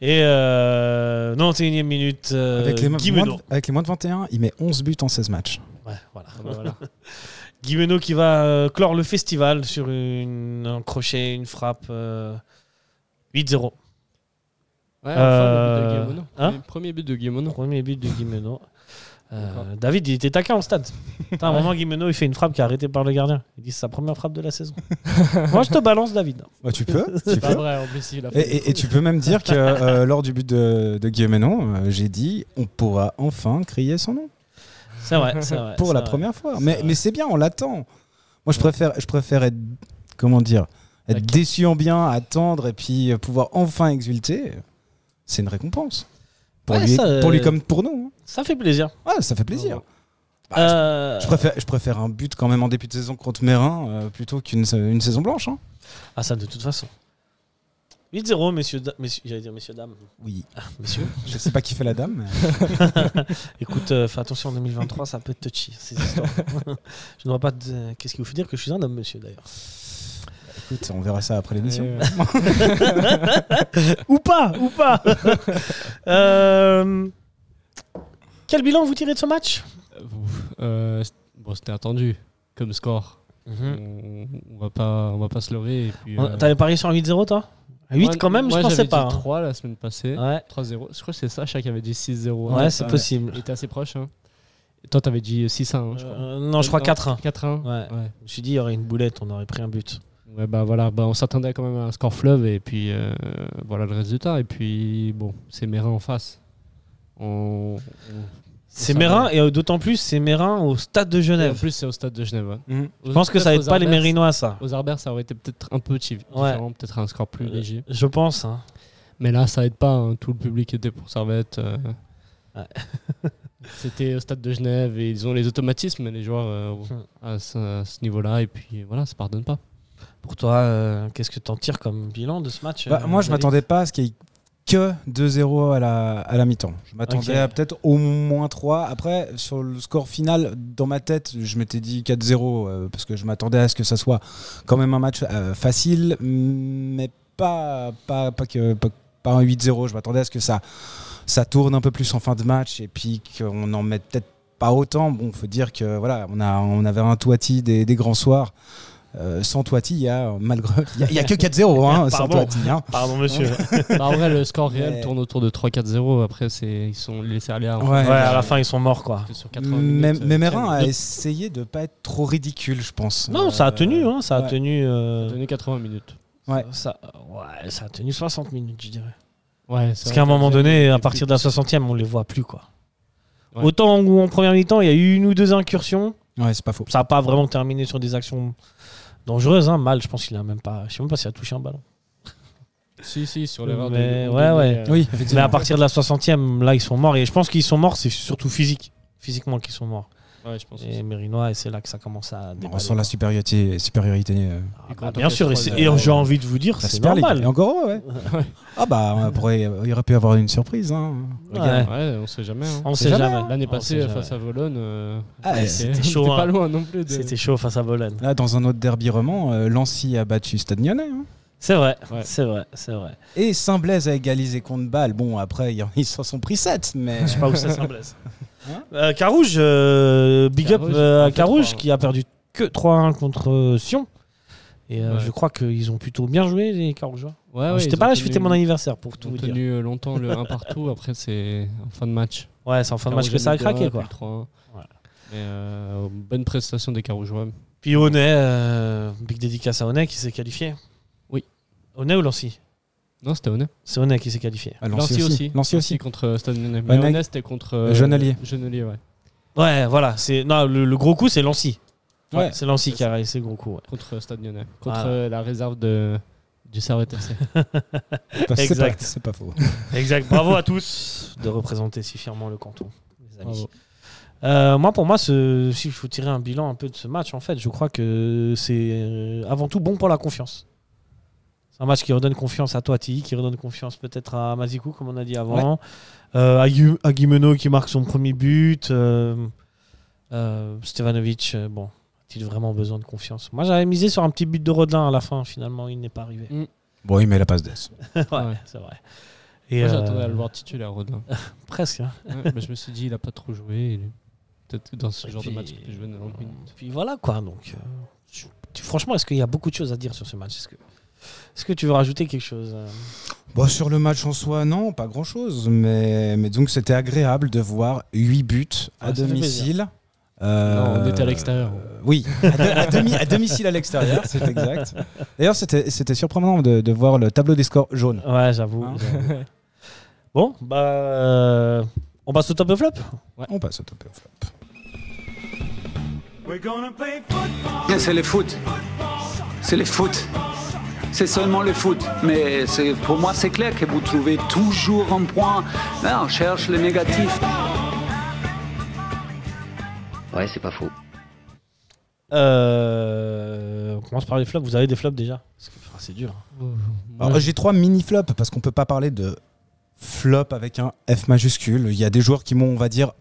Speaker 4: et euh, 91e minute, euh,
Speaker 6: Avec, les mo- moins
Speaker 4: Guimeno.
Speaker 6: de, avec les moins de 21, il met 11 buts en 16 matchs.
Speaker 4: Ouais, voilà.
Speaker 5: Ah bah voilà.
Speaker 4: Guimeno qui va euh, clore le festival sur une, un crochet, une frappe. euh, 8-0.
Speaker 5: Ouais,
Speaker 4: Euh,
Speaker 5: enfin, le but de Guillemot, non.
Speaker 4: hein
Speaker 5: Premier- Premier but de Guillemot, non.
Speaker 4: Premier but de Guimeno. Euh,
Speaker 5: D'accord.
Speaker 4: David, il était taquin au stade. Putain, à un moment, Guimeno, il fait une frappe qui est arrêtée par le gardien. Il dit c'est sa première frappe de la saison. Moi, je te balance, David.
Speaker 6: Bah, tu peux. tu
Speaker 5: C'est pas
Speaker 6: peux.
Speaker 5: vrai, en plus, il a
Speaker 6: Et,
Speaker 5: fait
Speaker 6: et- et tu peux même dire que euh, lors du but de, de Guillaume Hénon, euh, j'ai dit on pourra enfin crier son nom
Speaker 4: C'est vrai, c'est vrai.
Speaker 6: pour
Speaker 4: Bah, c'est
Speaker 6: la
Speaker 4: vrai.
Speaker 6: première fois.
Speaker 4: C'est
Speaker 6: Mais,
Speaker 4: vrai.
Speaker 6: mais c'est bien, on l'attend. Moi, je préfère, je préfère être, comment dire, être
Speaker 5: Taquin.
Speaker 6: déçu en bien, attendre et puis euh, pouvoir enfin exulter. C'est une récompense. Pour,
Speaker 4: Ouais,
Speaker 6: lui,
Speaker 4: ça, euh,
Speaker 6: pour lui comme pour nous.
Speaker 4: Ça fait plaisir.
Speaker 6: hein. Ouais, ça fait plaisir. Bah,
Speaker 4: Euh,
Speaker 6: Je préfère, je préfère un but quand même en début de saison contre Mérin euh, plutôt qu'une sa- une saison blanche. hein.
Speaker 4: Ah, ça, de toute façon. 8-0, messieurs, da- messieurs- j'allais dire messieurs, dames.
Speaker 6: Oui.
Speaker 4: Messieurs
Speaker 6: Je sais pas qui fait la dame. mais-
Speaker 4: Écoute, euh, fais attention en 2023, ça peut être touchy, ces histoires. je n'aurais pas de... Qu'est-ce qui vous fait dire que je suis un homme, monsieur, d'ailleurs
Speaker 6: Écoute, on verra ça après l'émission.
Speaker 5: Euh,
Speaker 4: Ou pas, ou pas Euh, Quel bilan vous tirez de ce match
Speaker 5: euh, c't- bon, c'était attendu comme score. Mhm. On, on va pas, on va pas se leurrer. Et puis,
Speaker 4: Mm. On-
Speaker 5: euh,
Speaker 4: T'avais parié sur un 8-0, toi Un 8
Speaker 5: moi-
Speaker 4: quand même,
Speaker 5: moi,
Speaker 4: je pensais
Speaker 5: j'avais
Speaker 4: pas.
Speaker 5: dit
Speaker 4: hein.
Speaker 5: 3 la semaine passée.
Speaker 4: Ouais,
Speaker 5: 3-0. Je crois que c'est Sacha qui avait dit 6-0.
Speaker 4: ouais,
Speaker 5: hein.
Speaker 4: c'est
Speaker 6: ouais.
Speaker 4: possible.
Speaker 5: Il était assez proche. Hein. Et toi, t'avais dit 6-1, hein, je crois.
Speaker 4: Euh, non, je crois 4-1.
Speaker 5: 4-1.
Speaker 4: Ouais.
Speaker 5: Ouais.
Speaker 4: Je me suis dit, il y aurait une boulette, on aurait pris un but.
Speaker 5: Ouais, bah voilà, bah, on s'attendait quand même à un score fleuve et puis euh, voilà le résultat. Et puis bon, c'est Mérin en face. On, on-
Speaker 4: C'est
Speaker 5: Ça
Speaker 4: Mérin,
Speaker 5: va.
Speaker 4: et euh, d'autant plus, c'est Mérin au stade de
Speaker 5: Et en
Speaker 4: Genève.
Speaker 5: plus, c'est au stade de Genève. ouais.
Speaker 6: Mhm.
Speaker 5: Aux-
Speaker 4: Je pense que ça
Speaker 5: peut-être
Speaker 4: aide
Speaker 5: aux
Speaker 4: pas les
Speaker 5: Arberts-
Speaker 4: Mérinois, ça.
Speaker 5: Aux Arbers, ça aurait été peut-être un peu chi-
Speaker 4: Ouais.
Speaker 5: différent, peut-être un score plus
Speaker 4: Euh,
Speaker 5: léger.
Speaker 4: Je pense. hein.
Speaker 5: Mais là, ça aide pas. hein. Tout le public était pour Servette. euh.
Speaker 4: Ouais.
Speaker 5: C'était au stade de Genève et ils ont les automatismes, les joueurs, euh,
Speaker 4: Hmm.
Speaker 5: à ce, à ce niveau-là. Et puis voilà, ça pardonne pas.
Speaker 4: Pour toi, euh, qu'est-ce que t'en tires comme bilan de ce match
Speaker 6: Bah,
Speaker 4: euh,
Speaker 6: moi, je
Speaker 4: David
Speaker 6: m'attendais pas à ce qu'il y ait que 2-0 à la, à la mi-temps. Je m'attendais
Speaker 4: Ok.
Speaker 6: à peut-être au moins 3. Après, sur le score final, dans ma tête, je m'étais dit 4-0 euh, parce que je m'attendais à ce que ça soit quand même un match euh, facile, mais pas, pas, pas, que, pas, pas un 8-0. Je m'attendais à ce que ça, ça tourne un peu plus en fin de match et puis qu'on en mette peut-être pas autant. Bon, faut dire que voilà, on, a, on avait un Toiti des, des grands soirs. Euh, sans Toiti, il y a euh, malgré, il y a- il y, a que 4-0 hein, sans
Speaker 4: Pardon.
Speaker 6: Toiti. hein.
Speaker 4: Pardon, monsieur. ouais,
Speaker 5: Bah, en vrai, le score réel
Speaker 6: Mais-
Speaker 5: tourne autour de 3-4-0. Après, c'est ils sont laissés aller à
Speaker 6: Ouais.
Speaker 4: à la fin, ils sont morts, quoi.
Speaker 5: sur 80
Speaker 6: Mais,
Speaker 5: minutes, euh,
Speaker 6: mais Mérin
Speaker 5: tiens,
Speaker 6: a
Speaker 5: deux-
Speaker 6: essayé de pas être trop ridicule, je pense. Euh,
Speaker 4: Non, ça a tenu, hein, ça a
Speaker 6: ouais.
Speaker 4: tenu. euh,
Speaker 5: donné 80 minutes.
Speaker 6: Ouais.
Speaker 4: Ça, ouais, ça a tenu 60 minutes, je dirais.
Speaker 5: Ouais,
Speaker 4: Parce qu'à un moment donné, à partir de la 60e, on les voit plus, quoi.
Speaker 5: Ouais.
Speaker 4: Autant où en première mi-temps, il y a eu une ou deux incursions.
Speaker 6: Ouais, c'est pas faux.
Speaker 4: Ça n'a pas vraiment terminé sur des actions dangereuses. Hein. Mal, je pense qu'il a même pas. Je sais même pas s'il a touché un ballon.
Speaker 5: Si, si, sur l'erreur de.
Speaker 4: Mais
Speaker 5: de-
Speaker 4: ouais,
Speaker 5: de-
Speaker 4: ouais.
Speaker 5: euh,
Speaker 6: Oui, effectivement.
Speaker 4: Mais à partir de la 60e, là, ils sont morts. Et je pense qu'ils sont morts, c'est surtout physique. Physiquement qu'ils sont morts.
Speaker 5: ouais, je pense.
Speaker 4: Et Mérinois, et c'est là que ça commence à
Speaker 6: on
Speaker 4: déballer.
Speaker 6: ressent la supériorité. supériorité euh,
Speaker 4: Ah,
Speaker 5: Et
Speaker 4: bah,
Speaker 5: quand
Speaker 4: bien
Speaker 5: on
Speaker 4: sûr, et,
Speaker 5: fait euh,
Speaker 4: c'est-
Speaker 5: trois
Speaker 4: et
Speaker 5: heures,
Speaker 4: j'ai
Speaker 5: ouais.
Speaker 4: envie de vous dire,
Speaker 6: la
Speaker 4: bah, c'est
Speaker 6: Super League.
Speaker 4: normal.
Speaker 6: Et encore, ouais. ah bah, on pourrait- il aurait pu y avoir une surprise. hein.
Speaker 4: Ouais.
Speaker 5: Ouais, on sait jamais. hein.
Speaker 4: On
Speaker 6: sait
Speaker 4: sait
Speaker 6: jamais,
Speaker 4: jamais.
Speaker 6: hein.
Speaker 5: L'année
Speaker 4: On
Speaker 5: passée,
Speaker 4: sait
Speaker 5: euh,
Speaker 4: jamais.
Speaker 5: face à Vologne, euh,
Speaker 6: Ah,
Speaker 5: ouais,
Speaker 4: c'était
Speaker 5: c'était
Speaker 4: chaud,
Speaker 5: c'était pas
Speaker 4: hein.
Speaker 5: loin non plus. de-
Speaker 4: C'était chaud face à Bologne.
Speaker 6: Là, dans un autre derby roman, euh, Lancy a battu Stade Lyonnais. hein.
Speaker 4: C'est vrai,
Speaker 5: Ouais.
Speaker 4: c'est vrai, c'est vrai.
Speaker 6: Et Saint-Blaise a égalisé contre Bâle. Bon, après, ils- ils s'en sont pris 7, mais.
Speaker 4: Je sais pas où ça s'en blesse.
Speaker 6: Hein
Speaker 4: Euh, Carouge, euh, big up
Speaker 5: Carouge,
Speaker 4: euh, à
Speaker 5: on fait
Speaker 4: Carouge
Speaker 5: trois, hein.
Speaker 4: qui a perdu que 3-1 contre euh, Sion. Et euh,
Speaker 5: Ouais. Ah
Speaker 4: je crois qu'ils ont plutôt bien joué, les Carougeois.
Speaker 5: Ouais,
Speaker 4: Alors,
Speaker 5: ouais,
Speaker 4: J'étais
Speaker 5: ils
Speaker 4: pas
Speaker 5: ont
Speaker 4: là, je
Speaker 5: tenu-
Speaker 4: fêtais mon anniversaire pour
Speaker 5: Ils
Speaker 4: tout
Speaker 5: ont
Speaker 4: vous dire.
Speaker 5: tenu euh, longtemps le 1 partout. Après, c'est en fin de match.
Speaker 4: Ouais, c'est en fin de match que ça a craqué. quoi. Voilà.
Speaker 5: Mais euh, bonne prestation des Carougeois.
Speaker 4: Puis Honnet, euh, big dédicace à Honnet qui s'est qualifié.
Speaker 5: Oui.
Speaker 4: Honnet ou Lancy
Speaker 5: Non, c'était honnête.
Speaker 4: C'est Honnet qui s'est qualifié.
Speaker 6: Ah,
Speaker 5: Lancy aussi.
Speaker 6: Lancy aussi.
Speaker 5: contre euh, Stade Lyonnais.
Speaker 6: Honnay-
Speaker 5: Mais Honnay, c'était contre. euh,
Speaker 6: Genelier.
Speaker 5: Genelier, ouais.
Speaker 4: Ouais, voilà. c'est- Non, le, le gros coup, c'est Lancy.
Speaker 6: Ouais.
Speaker 4: C'est Lancy qui a réalisé le gros coup. ouais.
Speaker 5: Contre euh, Stade Lyonnais. Contre
Speaker 4: Voilà.
Speaker 5: euh, la réserve de, du Servette FC.
Speaker 6: Bah, c'est pas-
Speaker 4: Exact.
Speaker 6: C'est pas faux.
Speaker 4: Exact. Bravo à tous de représenter si fièrement le canton, les amis.
Speaker 5: Bravo.
Speaker 4: Euh, moi, pour moi, ce, si je faut tirer un bilan un peu de ce match, en fait, je crois que c'est euh, avant tout bon pour la confiance. C'est un match qui redonne confiance à Toiti, qui redonne confiance peut-être à Mazikou, comme on a dit avant, Euh, à, Gu- à Guimeno qui marque son premier but, euh, euh, Stevanovic, euh, bon, a-t-il vraiment besoin de confiance Moi, j'avais misé sur un petit but de Rodelin à la fin, finalement, il n'est pas arrivé.
Speaker 6: Bon, il met la passe d'Es.
Speaker 4: ouais,
Speaker 5: Ouais.
Speaker 4: c'est vrai. Et
Speaker 5: Moi,
Speaker 4: euh,
Speaker 5: j'attendais à le voir titulaire, Rodin.
Speaker 4: Presque. hein.
Speaker 5: Ouais, mais je me suis dit, il a pas trop joué. il est- Peut-être que dans ce
Speaker 4: Et
Speaker 5: genre
Speaker 4: puis-
Speaker 5: de match, il peut jouer 90 minutes.
Speaker 4: Puis voilà quoi. Donc, euh, je- tu- franchement, est-ce qu'il y a beaucoup de choses à dire sur ce match Est-ce que, est-ce que tu veux rajouter quelque chose euh
Speaker 6: Bon, sur le match en soi, non, pas grand chose. Mais, mais donc, c'était agréable de voir 8 buts
Speaker 4: Ah,
Speaker 6: à
Speaker 4: ça fait
Speaker 6: domicile. Euh,
Speaker 5: Non, on était à l'extérieur.
Speaker 6: euh, oui, à, de- à demi- à domicile à l'extérieur, c'est exact. D'ailleurs, c'était c'était surprenant de, de voir le tableau des scores jaune.
Speaker 4: Ouais, j'avoue.
Speaker 6: Hein
Speaker 4: j'avoue. bon, bah, euh, on passe au top de flop.
Speaker 6: On passe au top et au flop.
Speaker 1: Et C'est le foot. C'est le foot. C'est seulement le foot. Mais c'est- pour moi, c'est clair que vous trouvez toujours un point. Là, on cherche le négatif.
Speaker 7: Ouais, c'est pas faux.
Speaker 4: Euh, on commence par les flops. Vous avez des flops déjà Parce que, enfin, C'est dur.
Speaker 6: Alors, J'ai trois mini-flops parce qu'on peut pas parler de flop avec un F majuscule. Il y a des joueurs qui m'ont, on va dire,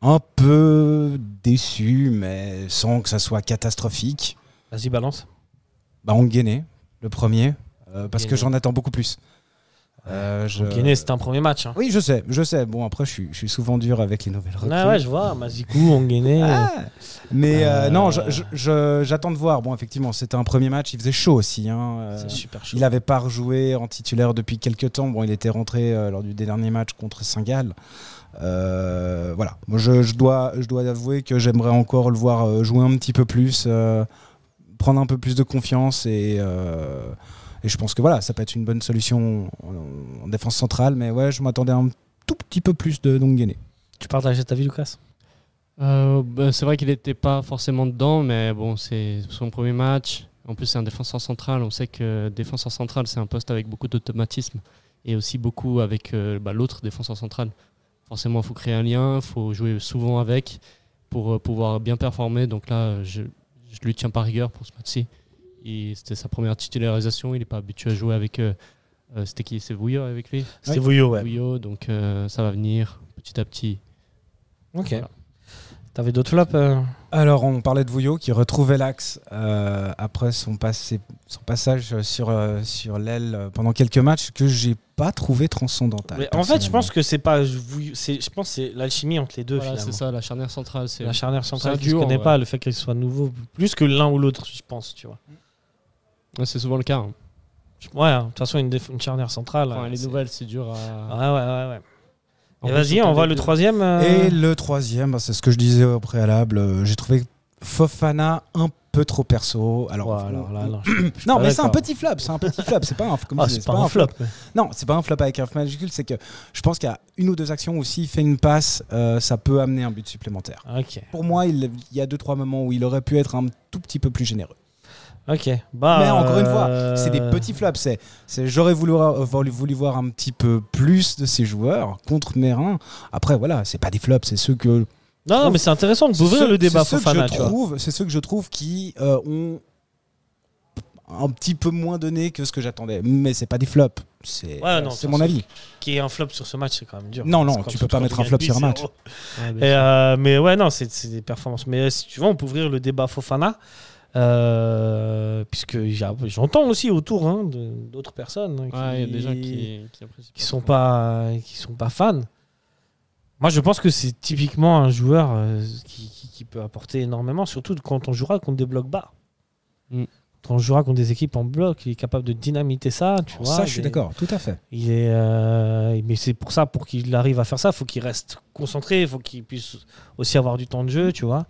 Speaker 6: un peu déçu, mais sans que ça soit catastrophique.
Speaker 4: Vas-y, balance.
Speaker 6: Bah, Onguené, le premier, euh, parce que
Speaker 4: Onguené.
Speaker 6: j'en attends beaucoup plus. Euh, je-
Speaker 4: Kené, c'était un premier match. hein.
Speaker 6: Oui, je sais, je sais. Bon, après, je suis, je suis souvent dur avec les nouvelles recrues.
Speaker 4: Ah ouais, je vois. Mazikou, Onguené.
Speaker 5: Ah,
Speaker 6: Mais euh,
Speaker 4: Euh,
Speaker 6: non, je- je- je- j'attends de voir. Bon, effectivement, c'était un premier match. Il faisait chaud aussi. hein. Euh,
Speaker 4: C'est super chaud.
Speaker 6: il n'avait pas rejoué en titulaire depuis quelques temps. Bon, il était rentré euh, lors du dernier match contre Saint-Gall. Euh, voilà. Moi, je, je dois, je dois avouer que j'aimerais encore le voir euh, jouer un petit peu plus, euh, prendre un peu plus de confiance et. euh, et je pense que voilà, ça peut être une bonne solution en, en défense centrale, mais ouais, je m'attendais à un tout petit peu plus de Donguené.
Speaker 4: Tu partages ta vie, Lucas
Speaker 5: Euh, bah, c'est vrai qu'il n'était pas forcément dedans, mais bon, c'est son premier match. En plus, c'est un défenseur central. On sait que défenseur central, c'est un poste avec beaucoup d'automatisme et aussi beaucoup avec euh, bah, l'autre défenseur central. Forcément, il faut créer un lien, il faut jouer souvent avec pour euh, pouvoir bien performer. Donc là, euh, je ne lui tiens pas rigueur pour ce match-ci. Il- C'était sa première titularisation. Il n'est pas habitué à jouer avec. euh, euh, C'était qui C'est Vouillot avec lui
Speaker 4: C'était Vouillot, ouais.
Speaker 5: Vouillot, donc euh, ça va venir petit à petit.
Speaker 4: Ok.
Speaker 5: Voilà.
Speaker 4: T'avais d'autres flops euh
Speaker 6: Alors, on parlait de Vouillot qui retrouvait l'axe euh, après son, passé- son passage sur, euh, sur l'aile euh, pendant quelques matchs que j'ai pas trouvé transcendantal.
Speaker 4: Mais En fait, je
Speaker 6: personnellement.
Speaker 4: pense que c'est pas. Vouillot- c'est- Je pense que c'est l'alchimie entre les deux,
Speaker 5: Voilà, c'est
Speaker 4: finalement.
Speaker 5: ça, la charnière centrale. C'est
Speaker 4: La charnière centrale,
Speaker 5: c'est un
Speaker 4: je ne
Speaker 5: duo,
Speaker 4: connais
Speaker 5: ouais.
Speaker 4: pas le fait qu'elle soit nouveau, plus que l'un ou l'autre, je pense, tu vois.
Speaker 5: Ouais, c'est souvent le cas. hein.
Speaker 4: Je- Ouais, de toute façon, une, déf- une charnière centrale.
Speaker 5: Enfin,
Speaker 4: euh,
Speaker 5: les
Speaker 4: c'est-
Speaker 5: nouvelles, c'est dur
Speaker 4: Ouais,
Speaker 5: à.
Speaker 4: ouais, ouais. ouais.
Speaker 5: En
Speaker 4: Et
Speaker 5: plus,
Speaker 4: vas-y,
Speaker 5: surtout
Speaker 4: on voit
Speaker 5: avec
Speaker 4: le
Speaker 5: deux-
Speaker 4: troisième. euh,
Speaker 6: Et le troisième, bah, c'est ce que je disais au préalable, euh, j'ai trouvé Fofana un peu trop perso. Alors,
Speaker 4: Ouais,
Speaker 6: on-
Speaker 4: alors là,
Speaker 6: on-
Speaker 4: non, je suis- je suis
Speaker 6: Non,
Speaker 4: pas
Speaker 6: mais c'est un
Speaker 4: d'accord.
Speaker 6: petit flop, c'est un petit flop, c'est pas un, comme
Speaker 4: Ah,
Speaker 6: je disais,
Speaker 4: c'est pas un flop.
Speaker 6: Non, c'est pas un flop avec un majuscule, c'est que je pense qu'à une ou deux actions où s'il fait une passe, euh, ça peut amener un but supplémentaire.
Speaker 4: Ok,
Speaker 6: Pour moi, il il y a deux, trois moments où il aurait pu être un tout petit peu plus généreux.
Speaker 4: ok. Bah,
Speaker 6: Mais encore une fois,
Speaker 4: euh,
Speaker 6: c'est des petits flops. C'est, c'est- j'aurais voulu, voir- voulu- voulu voir un petit peu plus de ces joueurs contre Merin. Après, voilà, c'est pas des flops, c'est ceux que.
Speaker 4: Non, non, mais c'est intéressant de
Speaker 6: ceux-
Speaker 4: ouvrir le débat
Speaker 6: c'est ceux que
Speaker 4: Fofana,
Speaker 6: je
Speaker 4: tu vois.
Speaker 6: trouve, C'est ceux que je trouve qui euh, ont un petit peu moins donné que ce que j'attendais. Mais c'est pas des flops. C'est,
Speaker 4: Ouais, non,
Speaker 6: c'est
Speaker 4: ça,
Speaker 6: mon
Speaker 4: c'est-
Speaker 6: avis.
Speaker 4: Qui est un flop sur ce match, c'est quand même dur.
Speaker 6: Non, non,
Speaker 4: C'est quand
Speaker 6: tu
Speaker 4: on se
Speaker 6: peux pas
Speaker 4: retrouve
Speaker 6: mettre un
Speaker 4: à
Speaker 6: flop sur un
Speaker 4: 8-0.
Speaker 6: match.
Speaker 5: Ouais, bien
Speaker 4: Et,
Speaker 5: sûr.
Speaker 4: euh, mais ouais, non, c'est c'est des performances. Mais euh, si tu veux, on peut ouvrir le débat Fofana. euh, puisque j'ai- j'entends aussi autour hein, de- d'autres personnes hein, qui,
Speaker 5: Ouais, il y a des gens qui, qui apprécient.
Speaker 4: qui sont pas qui sont pas fans. Moi, je pense que c'est typiquement un joueur euh, qui, qui- qui peut apporter énormément, surtout quand on jouera contre des blocs bas.
Speaker 5: Mm.
Speaker 4: Quand on jouera contre des équipes en bloc, il est capable de dynamiter ça.
Speaker 5: Oh,
Speaker 4: Tu vois,
Speaker 6: ça, je suis
Speaker 4: des-
Speaker 6: d'accord, tout à fait.
Speaker 4: Il est, euh, mais c'est pour ça, pour qu'il arrive à faire ça, faut qu'il reste concentré, faut qu'il puisse aussi avoir du temps de jeu, tu vois.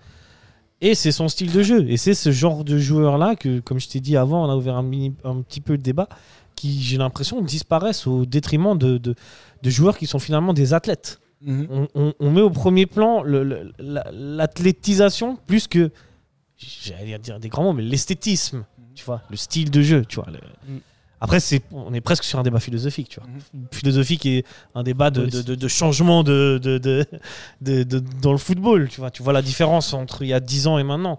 Speaker 4: Et c'est son style de jeu. Et c'est ce genre de joueur-là que, comme je t'ai dit avant, on a ouvert un, mini- un petit peu le débat, qui, j'ai l'impression, disparaissent au détriment de, de, de joueurs qui sont finalement des athlètes.
Speaker 5: Mhm.
Speaker 4: On, on- on met au premier plan le- le- la- l'athlétisation plus que, j'allais dire des grands mots, mais l'esthétisme,
Speaker 5: Mhm.
Speaker 4: tu vois, le style de jeu, tu vois. le-
Speaker 5: Mm.
Speaker 4: Après, c'est, on est presque sur un débat philosophique, tu vois. Philosophique et un débat de,
Speaker 5: Mhm. Oui,
Speaker 4: de,
Speaker 5: c'est-
Speaker 4: de- de changement de, de, de- de- de- dans le football, tu vois. Tu vois la différence entre il y a 10 ans et maintenant.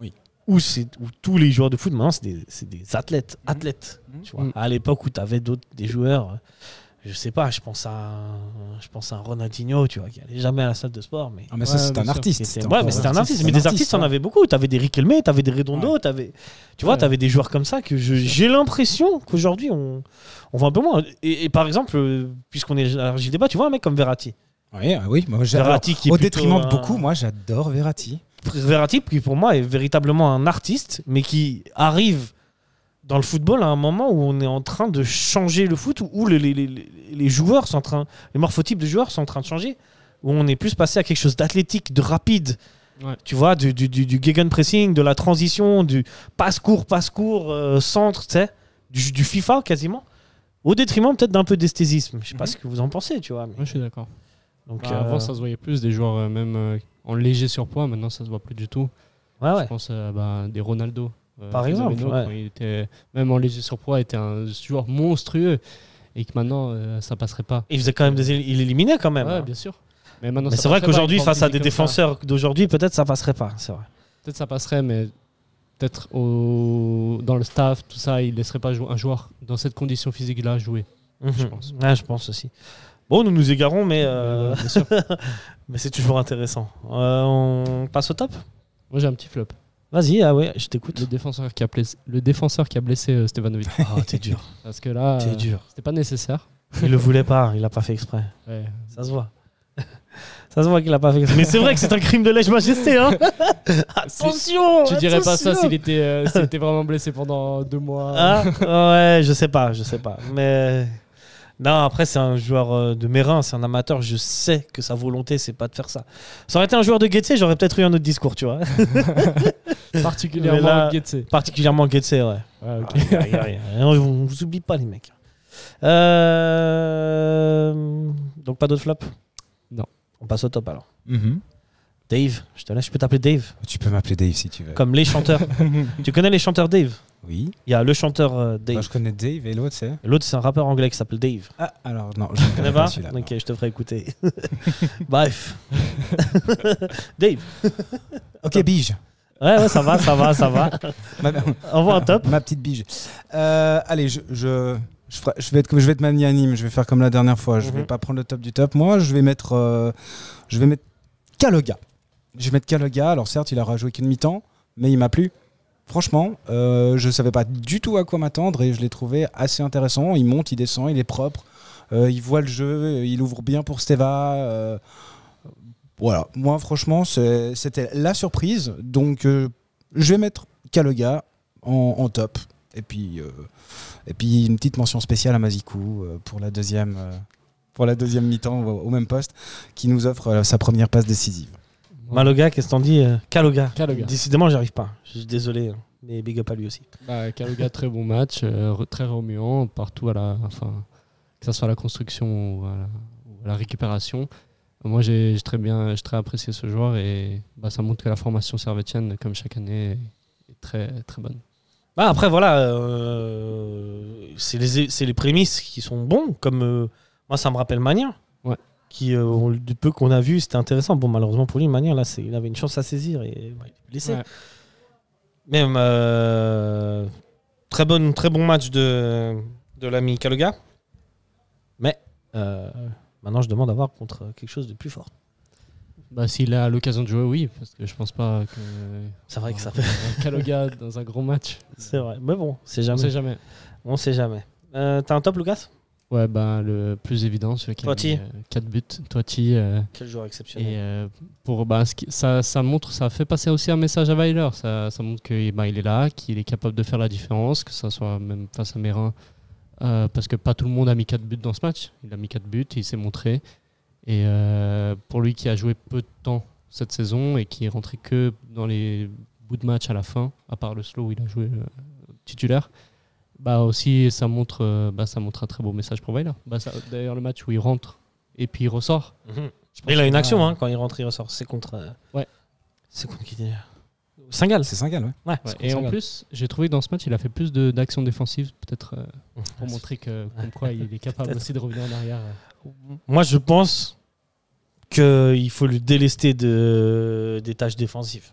Speaker 6: Oui.
Speaker 4: Où, c'est, où tous les joueurs de foot, maintenant, c'est des, c'est des athlètes. athlètes
Speaker 6: Mhm.
Speaker 4: tu vois.
Speaker 5: Mhm.
Speaker 4: À l'époque où tu avais d'autres, des joueurs, euh, je sais pas, je pense à, un- je pense à un Ronaldinho, tu vois, qui allait jamais à la salle de sport, mais
Speaker 6: Ah, mais ça,
Speaker 5: Ouais,
Speaker 6: c'est
Speaker 5: bien
Speaker 6: un
Speaker 5: sûr.
Speaker 6: artiste. hein.
Speaker 4: c'était- ouais,
Speaker 6: c'est encore
Speaker 4: mais c'était un artiste.
Speaker 6: c'est
Speaker 4: Mais des artistes,
Speaker 6: ouais.
Speaker 4: on avait beaucoup. T'avais des Riquelme, t'avais des Redondo, t'avais, tu vois,
Speaker 5: Ouais.
Speaker 4: t'avais des joueurs comme ça que je- j'ai l'impression qu'aujourd'hui on, on voit un peu moins. Et, et par exemple, euh, puisqu'on est élargi le débat, tu vois un mec comme Verratti.
Speaker 6: Oui, euh, oui, moi, j'ai-
Speaker 4: Verratti qui est
Speaker 6: alors, au
Speaker 4: plutôt
Speaker 6: détriment de
Speaker 4: un-
Speaker 6: beaucoup, moi j'adore Verratti.
Speaker 4: Verratti, qui pour moi est véritablement un artiste, mais qui arrive dans le football à un moment où on est en train de changer le foot, où les, les- les- les joueurs sont en train, les morphotypes de joueurs sont en train de changer, où on est plus passé à quelque chose d'athlétique, de rapide.
Speaker 5: Ouais.
Speaker 4: Tu vois, du, du, du, du gegenpressing, de la transition, du passe-court, passe-court, euh, centre, tu sais, du, du FIFA quasiment, au détriment peut-être d'un peu d'esthésisme. Je sais pas
Speaker 6: Mhm.
Speaker 4: ce que vous en pensez, tu vois. mais-
Speaker 5: Moi, je suis d'accord.
Speaker 4: donc,
Speaker 5: Bah,
Speaker 4: euh,
Speaker 5: Avant, ça se voyait plus, des joueurs euh, même euh, en léger surpoids. Maintenant, ça se voit plus du tout.
Speaker 4: Ah ouais, ouais.
Speaker 5: Je pense à bah, des Ronaldo. euh,
Speaker 4: Par
Speaker 5: Fernando,
Speaker 4: exemple, ouais.
Speaker 5: quand il était, même en léger surpoids, était un joueur monstrueux et que maintenant, euh, ça passerait pas.
Speaker 4: Il faisait quand même des, éli- il éliminait quand même.
Speaker 5: Ouais,
Speaker 4: hein.
Speaker 5: bien sûr. Mais maintenant,
Speaker 4: Mais
Speaker 5: ça
Speaker 4: c'est vrai
Speaker 5: passerait pas,
Speaker 4: qu'aujourd'hui,
Speaker 5: une forme
Speaker 4: face à des
Speaker 5: physique comme ça.
Speaker 4: défenseurs d'aujourd'hui, peut-être ça passerait pas. C'est vrai.
Speaker 5: Peut-être ça passerait, mais peut-être au- dans le staff, tout ça, il laisserait pas jou- un joueur dans cette condition physique-là jouer.
Speaker 4: Je
Speaker 5: Je
Speaker 4: pense.
Speaker 5: pense.
Speaker 4: Mhm. je pense aussi. Bon, nous nous égarons, mais, euh,
Speaker 5: Euh, bien sûr.
Speaker 4: mais c'est toujours intéressant. Euh, on passe au top
Speaker 5: Moi, j'ai un petit flop.
Speaker 4: Vas-y, ah ouais, je t'écoute.
Speaker 5: Le défenseur qui a blessé, le défenseur qui a blessé euh, Stevanovic.
Speaker 4: Ah, t'es dur,
Speaker 5: Parce que là,
Speaker 4: t'es
Speaker 5: euh,
Speaker 4: dur.
Speaker 5: c'était pas nécessaire.
Speaker 4: Il le voulait pas, il a pas fait exprès.
Speaker 5: Ouais.
Speaker 4: Ça se voit. Ça se voit qu'il a pas fait exprès. Mais c'est vrai que c'est un crime de lèche-majesté, hein Attention
Speaker 5: Tu dirais pas ça
Speaker 4: attention
Speaker 5: s'il était, euh, s'il était vraiment blessé pendant deux mois.
Speaker 4: Ah, ouais, je sais pas, je sais pas. Mais non, après c'est un joueur euh, de Mérin, c'est un amateur. Je sais que sa volonté c'est pas de faire ça. Ça aurait été un joueur de Getse, j'aurais peut-être eu un autre discours, tu vois.
Speaker 5: Particulièrement
Speaker 4: Mais là-
Speaker 5: Guetze.
Speaker 4: Particulièrement Getse, ouais.
Speaker 5: Ouais, ok.
Speaker 4: Ah, y a- y a rien. on, on vous oublie pas les mecs. Euh, Donc pas d'autres flops.
Speaker 5: Non.
Speaker 4: On passe au top alors. Mhm. Dave, je te laisse, je peux t'appeler Dave,
Speaker 6: Tu peux m'appeler Dave si tu veux.
Speaker 4: comme les chanteurs. tu connais les chanteurs Dave
Speaker 6: Oui.
Speaker 4: Il y a le chanteur euh,
Speaker 6: Bah,
Speaker 4: Dave.
Speaker 6: je connais Dave et l'autre c'est.
Speaker 4: Et L'autre, c'est un rappeur anglais qui s'appelle Dave.
Speaker 6: Ah alors non, je ne
Speaker 4: Tu connais
Speaker 6: connais
Speaker 4: pas
Speaker 6: pas celui-là.
Speaker 4: Ok, je te ferai écouter. Bref. Dave.
Speaker 6: non. Ok bige.
Speaker 4: Ouais, ouais, ça va, ça va, ça va.
Speaker 6: Ma,
Speaker 4: Envoie un top.
Speaker 6: ma petite bige. Euh, allez, je, je, je, ferai- je vais être comme je vais être magnanime. Je vais faire comme la dernière fois. Je vais
Speaker 4: Mhm.
Speaker 6: pas prendre le top du top. Moi, je vais mettre euh, je vais mettre Kaloga. Je vais mettre Kaloga. Alors certes, il aura joué qu'une mi-temps, mais il m'a plu. Franchement, euh, je savais pas du tout à quoi m'attendre et je l'ai trouvé assez intéressant. Il monte, il descend, il est propre, euh, il voit le jeu, il ouvre bien pour Steva. euh, voilà, moi franchement, c'est- c'était la surprise. Donc euh, je vais mettre Kaloga en, en top. Et puis, euh, et puis une petite mention spéciale à Mazikou euh, pour la deuxième, euh, pour la deuxième mi-temps au, au même poste, qui nous offre euh, sa première passe décisive.
Speaker 4: Maloga, qu'est-ce que t'en dis euh, Kaloga.
Speaker 5: Kaloga.
Speaker 4: Décidément, j'y arrive pas. Je suis désolé, hein, mais big up à lui aussi.
Speaker 5: Bah, Kaluga, très bon match, euh, re- très remuant partout, à la, enfin, que ce soit à la construction ou à la, ou à la récupération. Moi, j'ai j'ai très bien, j'ai très apprécié ce joueur et bah, ça montre que la formation servétienne, comme chaque année, est très, très bonne.
Speaker 4: Bah, après, voilà, euh, c'est les, c'est les prémices qui sont bons, comme euh, moi, ça me rappelle Mania.
Speaker 5: Ouais.
Speaker 4: Qui, euh, on- du peu qu'on a vu, c'était intéressant. Bon, malheureusement pour lui, Mania, là, c'est- il avait une chance à saisir et bah, il est blessé.
Speaker 5: Ouais.
Speaker 4: Même euh, très, bonne, très bon match de, de l'ami Kaloga. Mais euh, maintenant, je demande à voir contre quelque chose de plus fort.
Speaker 5: Bah, S'il a l'occasion de jouer, oui, parce que je pense pas que.
Speaker 4: C'est vrai que ça
Speaker 5: peut. Kaluga dans un gros match,
Speaker 4: C'est vrai. Mais bon, c'est
Speaker 5: on
Speaker 4: jamais.
Speaker 5: sait jamais.
Speaker 4: On sait jamais. Euh, T'as un top, Lucas
Speaker 5: Ouais, bah, le plus évident, celui qui
Speaker 4: Toiti.
Speaker 5: a 4 buts. Toiti. euh,
Speaker 4: Quel joueur exceptionnel.
Speaker 5: Et euh, pour, bah, ce qui- ça, ça montre, ça fait passer aussi un message à Weiler. Ça, ça montre qu'il bah, il est là, qu'il est capable de faire la différence, que ça soit même face à Mérin. Euh, parce que pas tout le monde a mis 4 buts dans ce match. Il a mis 4 buts, il s'est montré. Et euh, pour lui qui a joué peu de temps cette saison et qui est rentré que dans les bouts de match à la fin, à part le slow où il a joué euh, titulaire, bah aussi ça montre, euh, bah, ça montre un très beau message pour Weiler. Bah, ça- D'ailleurs, le match où il rentre et puis il ressort.
Speaker 4: Mhm.
Speaker 5: je pense
Speaker 4: Il a une
Speaker 5: que là,
Speaker 4: action hein, quand il rentre, il ressort. C'est contre. euh,
Speaker 5: Ouais.
Speaker 4: C'est contre qui déjà Singal.
Speaker 6: C'est Singal, ouais.
Speaker 4: Ouais.
Speaker 5: Ouais,
Speaker 4: c'est contre
Speaker 5: et en
Speaker 4: Singal.
Speaker 5: plus, j'ai trouvé que dans ce match, il a fait plus de- d'actions défensives, peut-être euh, pour
Speaker 4: Ouais,
Speaker 5: montrer que, comme quoi il est capable
Speaker 4: Ah, Peut-être.
Speaker 5: aussi de revenir en arrière. euh.
Speaker 4: Moi, je pense qu'il faut le délester de... des tâches défensives.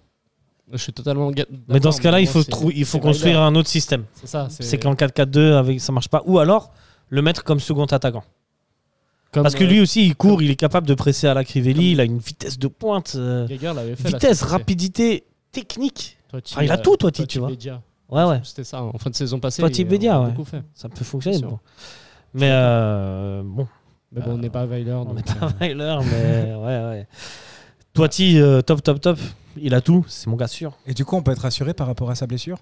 Speaker 5: Je suis totalement. ga-
Speaker 4: Mais dans ce
Speaker 5: d'accord,
Speaker 4: cas-là,
Speaker 5: mais
Speaker 4: il
Speaker 5: moi,
Speaker 4: faut,
Speaker 5: c'est-
Speaker 4: trou- il faut
Speaker 5: c'est
Speaker 4: construire
Speaker 5: Weiler.
Speaker 4: un autre système.
Speaker 5: C'est ça,
Speaker 4: C'est qu'en 4-4-2, avec... ça marche pas. Ou alors, le mettre comme second attaquant.
Speaker 5: comme,
Speaker 4: Parce que
Speaker 5: euh,
Speaker 4: lui aussi, il court, il est capable de presser à la Crivelli, il a une vitesse de pointe, euh,
Speaker 5: Geiger l'avait fait, la
Speaker 4: vitesse,
Speaker 5: semaine passée.
Speaker 4: rapidité, technique.
Speaker 5: Toi, tu-
Speaker 4: Enfin, il a
Speaker 5: euh,
Speaker 4: tout, toi, tu-
Speaker 5: toi,
Speaker 4: tu vois.
Speaker 5: Bedia.
Speaker 4: Ouais, ouais.
Speaker 5: C'était ça, en fin de saison passée.
Speaker 4: Toi, tu
Speaker 5: et on
Speaker 4: Bedia,
Speaker 5: a
Speaker 4: ouais.
Speaker 5: beaucoup fait.
Speaker 4: Ça peut fonctionner.
Speaker 5: Bien sûr.
Speaker 4: bon. Mais euh, bon,
Speaker 5: Mais bon, Bah, on n'est pas Weiler.
Speaker 4: on
Speaker 5: donc,
Speaker 4: n'est pas
Speaker 5: euh,
Speaker 4: Weiler, mais ouais, ouais. Toiti, euh, top, top, top. Il a tout, c'est mon gars sûr.
Speaker 6: Et du coup, on peut être rassuré par rapport à sa blessure.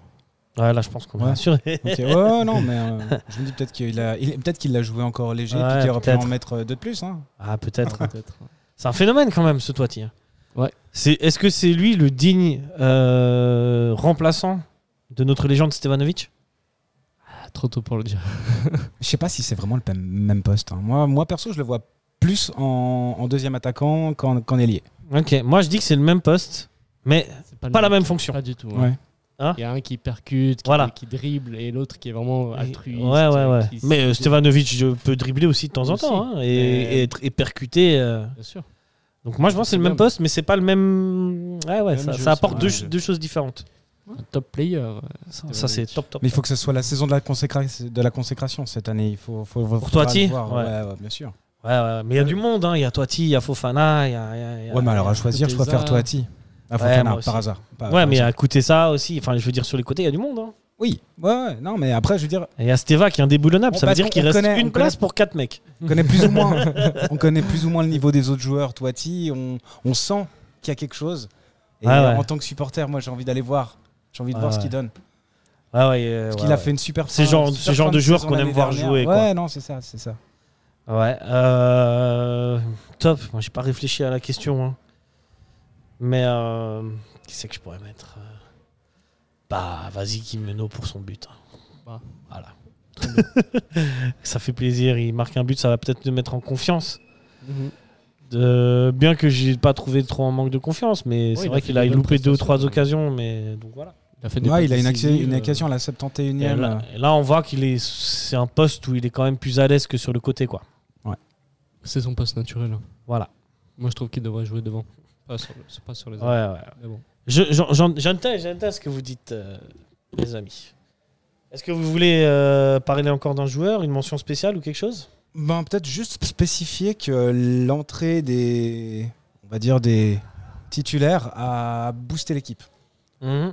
Speaker 4: Ouais, là, je pense qu'on est
Speaker 6: Ouais.
Speaker 4: assuré.
Speaker 6: Ok. Ouais, non, mais euh, je me dis peut-être qu'il a, il- peut-être qu'il l'a joué encore léger,
Speaker 4: Ouais,
Speaker 6: puis qu'il aurait pu en
Speaker 4: peut-être.
Speaker 6: mettre euh, deux de plus. hein.
Speaker 4: Ah, peut-être.
Speaker 5: peut-être. euh,
Speaker 4: C'est un phénomène quand même, ce Toiti. hein.
Speaker 5: Ouais.
Speaker 4: C'est, est-ce que c'est lui le digne euh, remplaçant de notre légende Stevanovic
Speaker 5: Ah, Trop tôt pour le dire.
Speaker 6: Je sais pas si c'est vraiment le pem- même poste. hein. Moi, moi perso, je le vois plus en, en deuxième attaquant qu'en, qu'en ailier.
Speaker 4: Ok, moi je dis que c'est le même poste, mais
Speaker 5: C'est
Speaker 4: pas
Speaker 5: le
Speaker 4: la
Speaker 5: même-
Speaker 4: même fonction.
Speaker 5: Pas du tout.
Speaker 6: Ouais.
Speaker 5: hein.
Speaker 4: Hein
Speaker 5: Il y a un qui percute, qui,
Speaker 4: Voilà.
Speaker 5: qui dribble, et l'autre qui est vraiment
Speaker 4: Bah,
Speaker 5: altruiste.
Speaker 4: ouais, ouais, ouais.
Speaker 5: qui-
Speaker 4: Mais euh, Stevanovic je- peut dribbler aussi de temps en
Speaker 5: Aussi.
Speaker 4: temps hein, et,
Speaker 5: Mais-
Speaker 4: et être- et percuter. euh,
Speaker 5: Bien sûr.
Speaker 4: Donc moi je pense que c'est le même poste, mais c'est pas le même. Ouais, ouais,
Speaker 5: Même
Speaker 4: ça,
Speaker 5: jeu,
Speaker 4: ça apporte
Speaker 5: c'est
Speaker 4: deux,
Speaker 5: vrai,
Speaker 4: deux choses différentes.
Speaker 5: Un top player. euh,
Speaker 4: Ça, ça, c'est top, top.
Speaker 6: Mais il faut que ce soit la saison de la, consécra- de la consécration cette année. Il faut, faut, faut-
Speaker 4: Pour toi,
Speaker 6: faut
Speaker 4: Ti
Speaker 6: le voir.
Speaker 4: Ouais.
Speaker 6: Ouais. ouais, bien sûr.
Speaker 4: Ouais, ouais, mais il y a du monde, hein. il y a Toiti, il y a Fofana, il y a. il y a- il y a-
Speaker 6: Ouais, mais alors à choisir, je
Speaker 5: Teza.
Speaker 6: préfère toi, Ti. Ah,
Speaker 4: euh, Ouais, moi
Speaker 6: Fofana,
Speaker 4: aussi.
Speaker 6: par hasard. Pas-
Speaker 4: Ouais,
Speaker 6: par
Speaker 4: mais
Speaker 6: hasard.
Speaker 4: à côté ça aussi, enfin je veux dire sur les côtés, il y a du monde. Hein.
Speaker 6: Oui, ouais, ouais. Non, mais après, je veux dire,
Speaker 4: Et Il y a Steva qui est indéboulonnable,
Speaker 6: On
Speaker 4: ça veut
Speaker 6: passe-
Speaker 4: dire qu'il
Speaker 6: on
Speaker 4: reste
Speaker 6: connaît-
Speaker 4: une
Speaker 6: on
Speaker 4: place
Speaker 6: connaît.
Speaker 4: pour quatre mecs.
Speaker 6: on connaît plus ou moins, on connaît plus ou moins le niveau des autres joueurs. Toi, Ti, on, on sent qu'il y a quelque chose. Et
Speaker 4: Ouais, ouais.
Speaker 6: en tant que supporter, moi, j'ai envie d'aller voir. J'ai envie de
Speaker 4: Ouais,
Speaker 6: voir ce
Speaker 4: ouais.
Speaker 6: qu'il donne.
Speaker 4: Ah ouais, euh,
Speaker 6: Parce
Speaker 4: ouais,
Speaker 6: qu'il a
Speaker 4: ouais.
Speaker 6: fait une super.
Speaker 4: C'est
Speaker 6: fin-
Speaker 4: genre-
Speaker 6: super
Speaker 4: c'est genre
Speaker 6: fin
Speaker 4: de joueur
Speaker 6: saison
Speaker 4: qu'on aime
Speaker 6: l'année
Speaker 4: voir
Speaker 6: dernière.
Speaker 4: jouer, quoi.
Speaker 6: Ouais, non, c'est ça, c'est ça.
Speaker 4: Ouais. euh, Top. Moi, j'ai pas réfléchi à la question. hein. Mais euh, qui c'est que je pourrais mettre euh, Bah, vas-y, Kimeno pour son but. hein.
Speaker 5: Bah.
Speaker 4: Voilà. ça fait plaisir. Il marque un but, ça va peut-être le mettre en confiance.
Speaker 5: Mhm.
Speaker 4: Euh, bien que j'ai pas trouvé trop en manque de confiance, mais
Speaker 5: Ouais,
Speaker 4: c'est
Speaker 5: il a
Speaker 4: vrai
Speaker 5: fait
Speaker 4: qu'il
Speaker 5: des
Speaker 4: a
Speaker 5: bonnes
Speaker 4: loupé deux ou
Speaker 5: prestations,
Speaker 4: trois
Speaker 5: ouais.
Speaker 4: occasions, mais donc voilà.
Speaker 5: Il a fait des
Speaker 6: Ouais,
Speaker 5: passes
Speaker 6: il a une, acc-
Speaker 5: décisives,
Speaker 6: une
Speaker 5: euh,
Speaker 6: occasion à la
Speaker 4: Et
Speaker 6: 71e.
Speaker 4: là, et là, on voit qu'il est, c'est un poste où il est quand même plus à l'aise que sur le côté, quoi.
Speaker 5: C'est son poste naturel. hein.
Speaker 4: Voilà.
Speaker 5: Moi, je trouve qu'il devrait jouer devant. Pas sur, le- c'est pas sur les
Speaker 4: Ouais,
Speaker 5: ailes.
Speaker 4: ouais.
Speaker 5: Mais bon.
Speaker 4: Je- j'en- j'en- J'entends j'entends ce que vous dites, euh, les amis. Est-ce que vous voulez euh, parler encore d'un joueur, une mention spéciale ou quelque chose
Speaker 6: Ben, peut-être juste spécifier que l'entrée des, on va dire des titulaires a boosté l'équipe.
Speaker 4: Mm-hmm.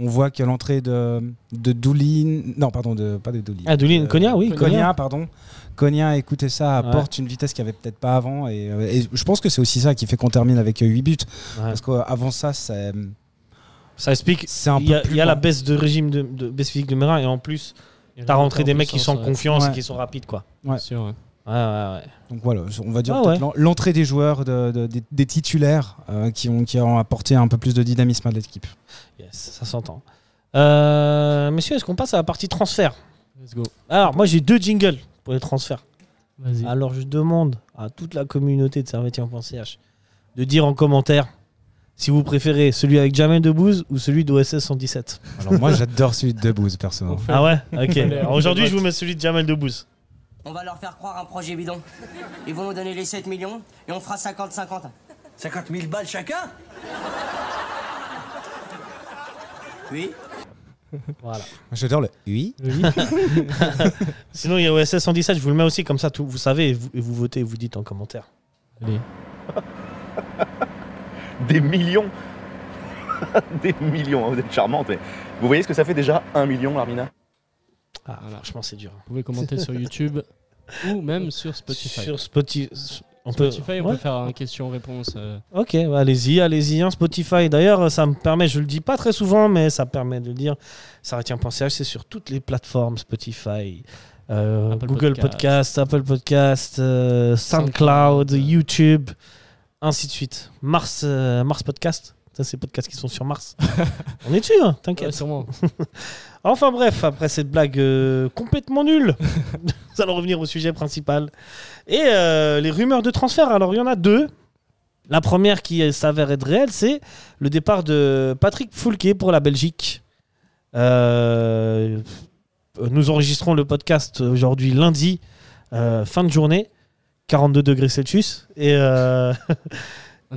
Speaker 6: On voit que l'entrée de de Doulin, non pardon de pas de Doulin.
Speaker 4: Ah, Doulin, Konya, oui,
Speaker 6: Konya,
Speaker 4: Konya.
Speaker 6: pardon. Konya, écoutez ça,
Speaker 4: Ouais.
Speaker 6: apporte une vitesse qu'il n'y avait peut-être pas avant. Et, euh, et je pense que c'est aussi ça qui fait qu'on termine avec 8 buts.
Speaker 4: Ouais.
Speaker 6: Parce qu'avant ça, c'est
Speaker 4: Ça explique.
Speaker 6: c'est un
Speaker 4: Il y a,
Speaker 6: peu.
Speaker 4: il y a la baisse de régime de, de baisse physique de Merin et en plus, t'as rentré des mecs qui sont en confiance
Speaker 6: Ouais.
Speaker 4: et qui sont rapides, quoi.
Speaker 6: Ouais.
Speaker 5: Sûr, ouais.
Speaker 4: Ouais, ouais, ouais.
Speaker 6: Donc voilà, on va dire
Speaker 4: Ah
Speaker 6: peut-être
Speaker 4: ouais.
Speaker 6: l'en- l'entrée des joueurs, de- de- des, des titulaires euh, qui, ont, qui ont apporté un peu plus de dynamisme à l'équipe.
Speaker 4: Yes, ça s'entend. Euh, messieurs, est-ce qu'on passe à la partie transfert
Speaker 5: Let's go.
Speaker 4: Alors, moi, j'ai deux jingles pour les transferts.
Speaker 5: Vas-y.
Speaker 4: Alors je demande à toute la communauté de servetien.ch de dire en commentaire si vous préférez celui avec Jamel Debbouze ou celui d'OSS 117.
Speaker 6: Alors moi j'adore celui de Debouze perso.
Speaker 4: Ah ouais Ok.
Speaker 5: Allez,
Speaker 4: Alors, Aujourd'hui, je vous mets celui de Jamel Debbouze.
Speaker 7: On va leur faire croire un projet bidon. Ils vont nous donner les 7 millions et on fera 50-50.
Speaker 8: 50 000 balles chacun
Speaker 7: Oui
Speaker 4: Voilà.
Speaker 6: J'adore le oui.
Speaker 4: Sinon, il y a OSS 117, je vous le mets aussi, comme ça tout, vous savez, et vous, et vous votez, et vous dites en commentaire.
Speaker 5: Allez.
Speaker 9: Des millions Des millions, hein, vous êtes charmante, mais vous voyez ce que ça fait déjà Un million, Larmina
Speaker 4: Ah,
Speaker 5: Voilà.
Speaker 4: franchement, c'est dur.
Speaker 5: Vous pouvez commenter sur YouTube ou même sur Spotify.
Speaker 4: Sur Spotify. On peut...
Speaker 5: Spotify, on
Speaker 4: Ouais.
Speaker 5: peut faire un question-réponse. euh,
Speaker 4: Ok, bah, allez-y, allez-y, hein, Spotify. D'ailleurs, ça me permet, je le dis pas très souvent, mais ça me permet de le dire, ça retient pensage, c'est sur toutes les plateformes Spotify, euh,
Speaker 5: Apple
Speaker 4: Google Podcast,
Speaker 5: Podcast.
Speaker 4: Apple Podcast, euh, SoundCloud,
Speaker 5: SoundCloud, euh.
Speaker 4: YouTube, ainsi de suite. Mars, euh, Mars Podcast. Ça, c'est les podcasts qui sont sur Mars. on est dessus, hein,
Speaker 5: ouais,
Speaker 4: t'inquiète.
Speaker 5: sûrement.
Speaker 4: Enfin bref, après cette blague euh, complètement nulle, nous allons revenir au sujet principal. Et euh, les rumeurs de transfert, alors il y en a deux. La première qui euh, s'avère être réelle, c'est le départ de Patrick Foulquet pour la Belgique. Euh, nous enregistrons le podcast aujourd'hui lundi, euh, fin de journée, 42 degrés Celsius. Et, euh,
Speaker 5: Un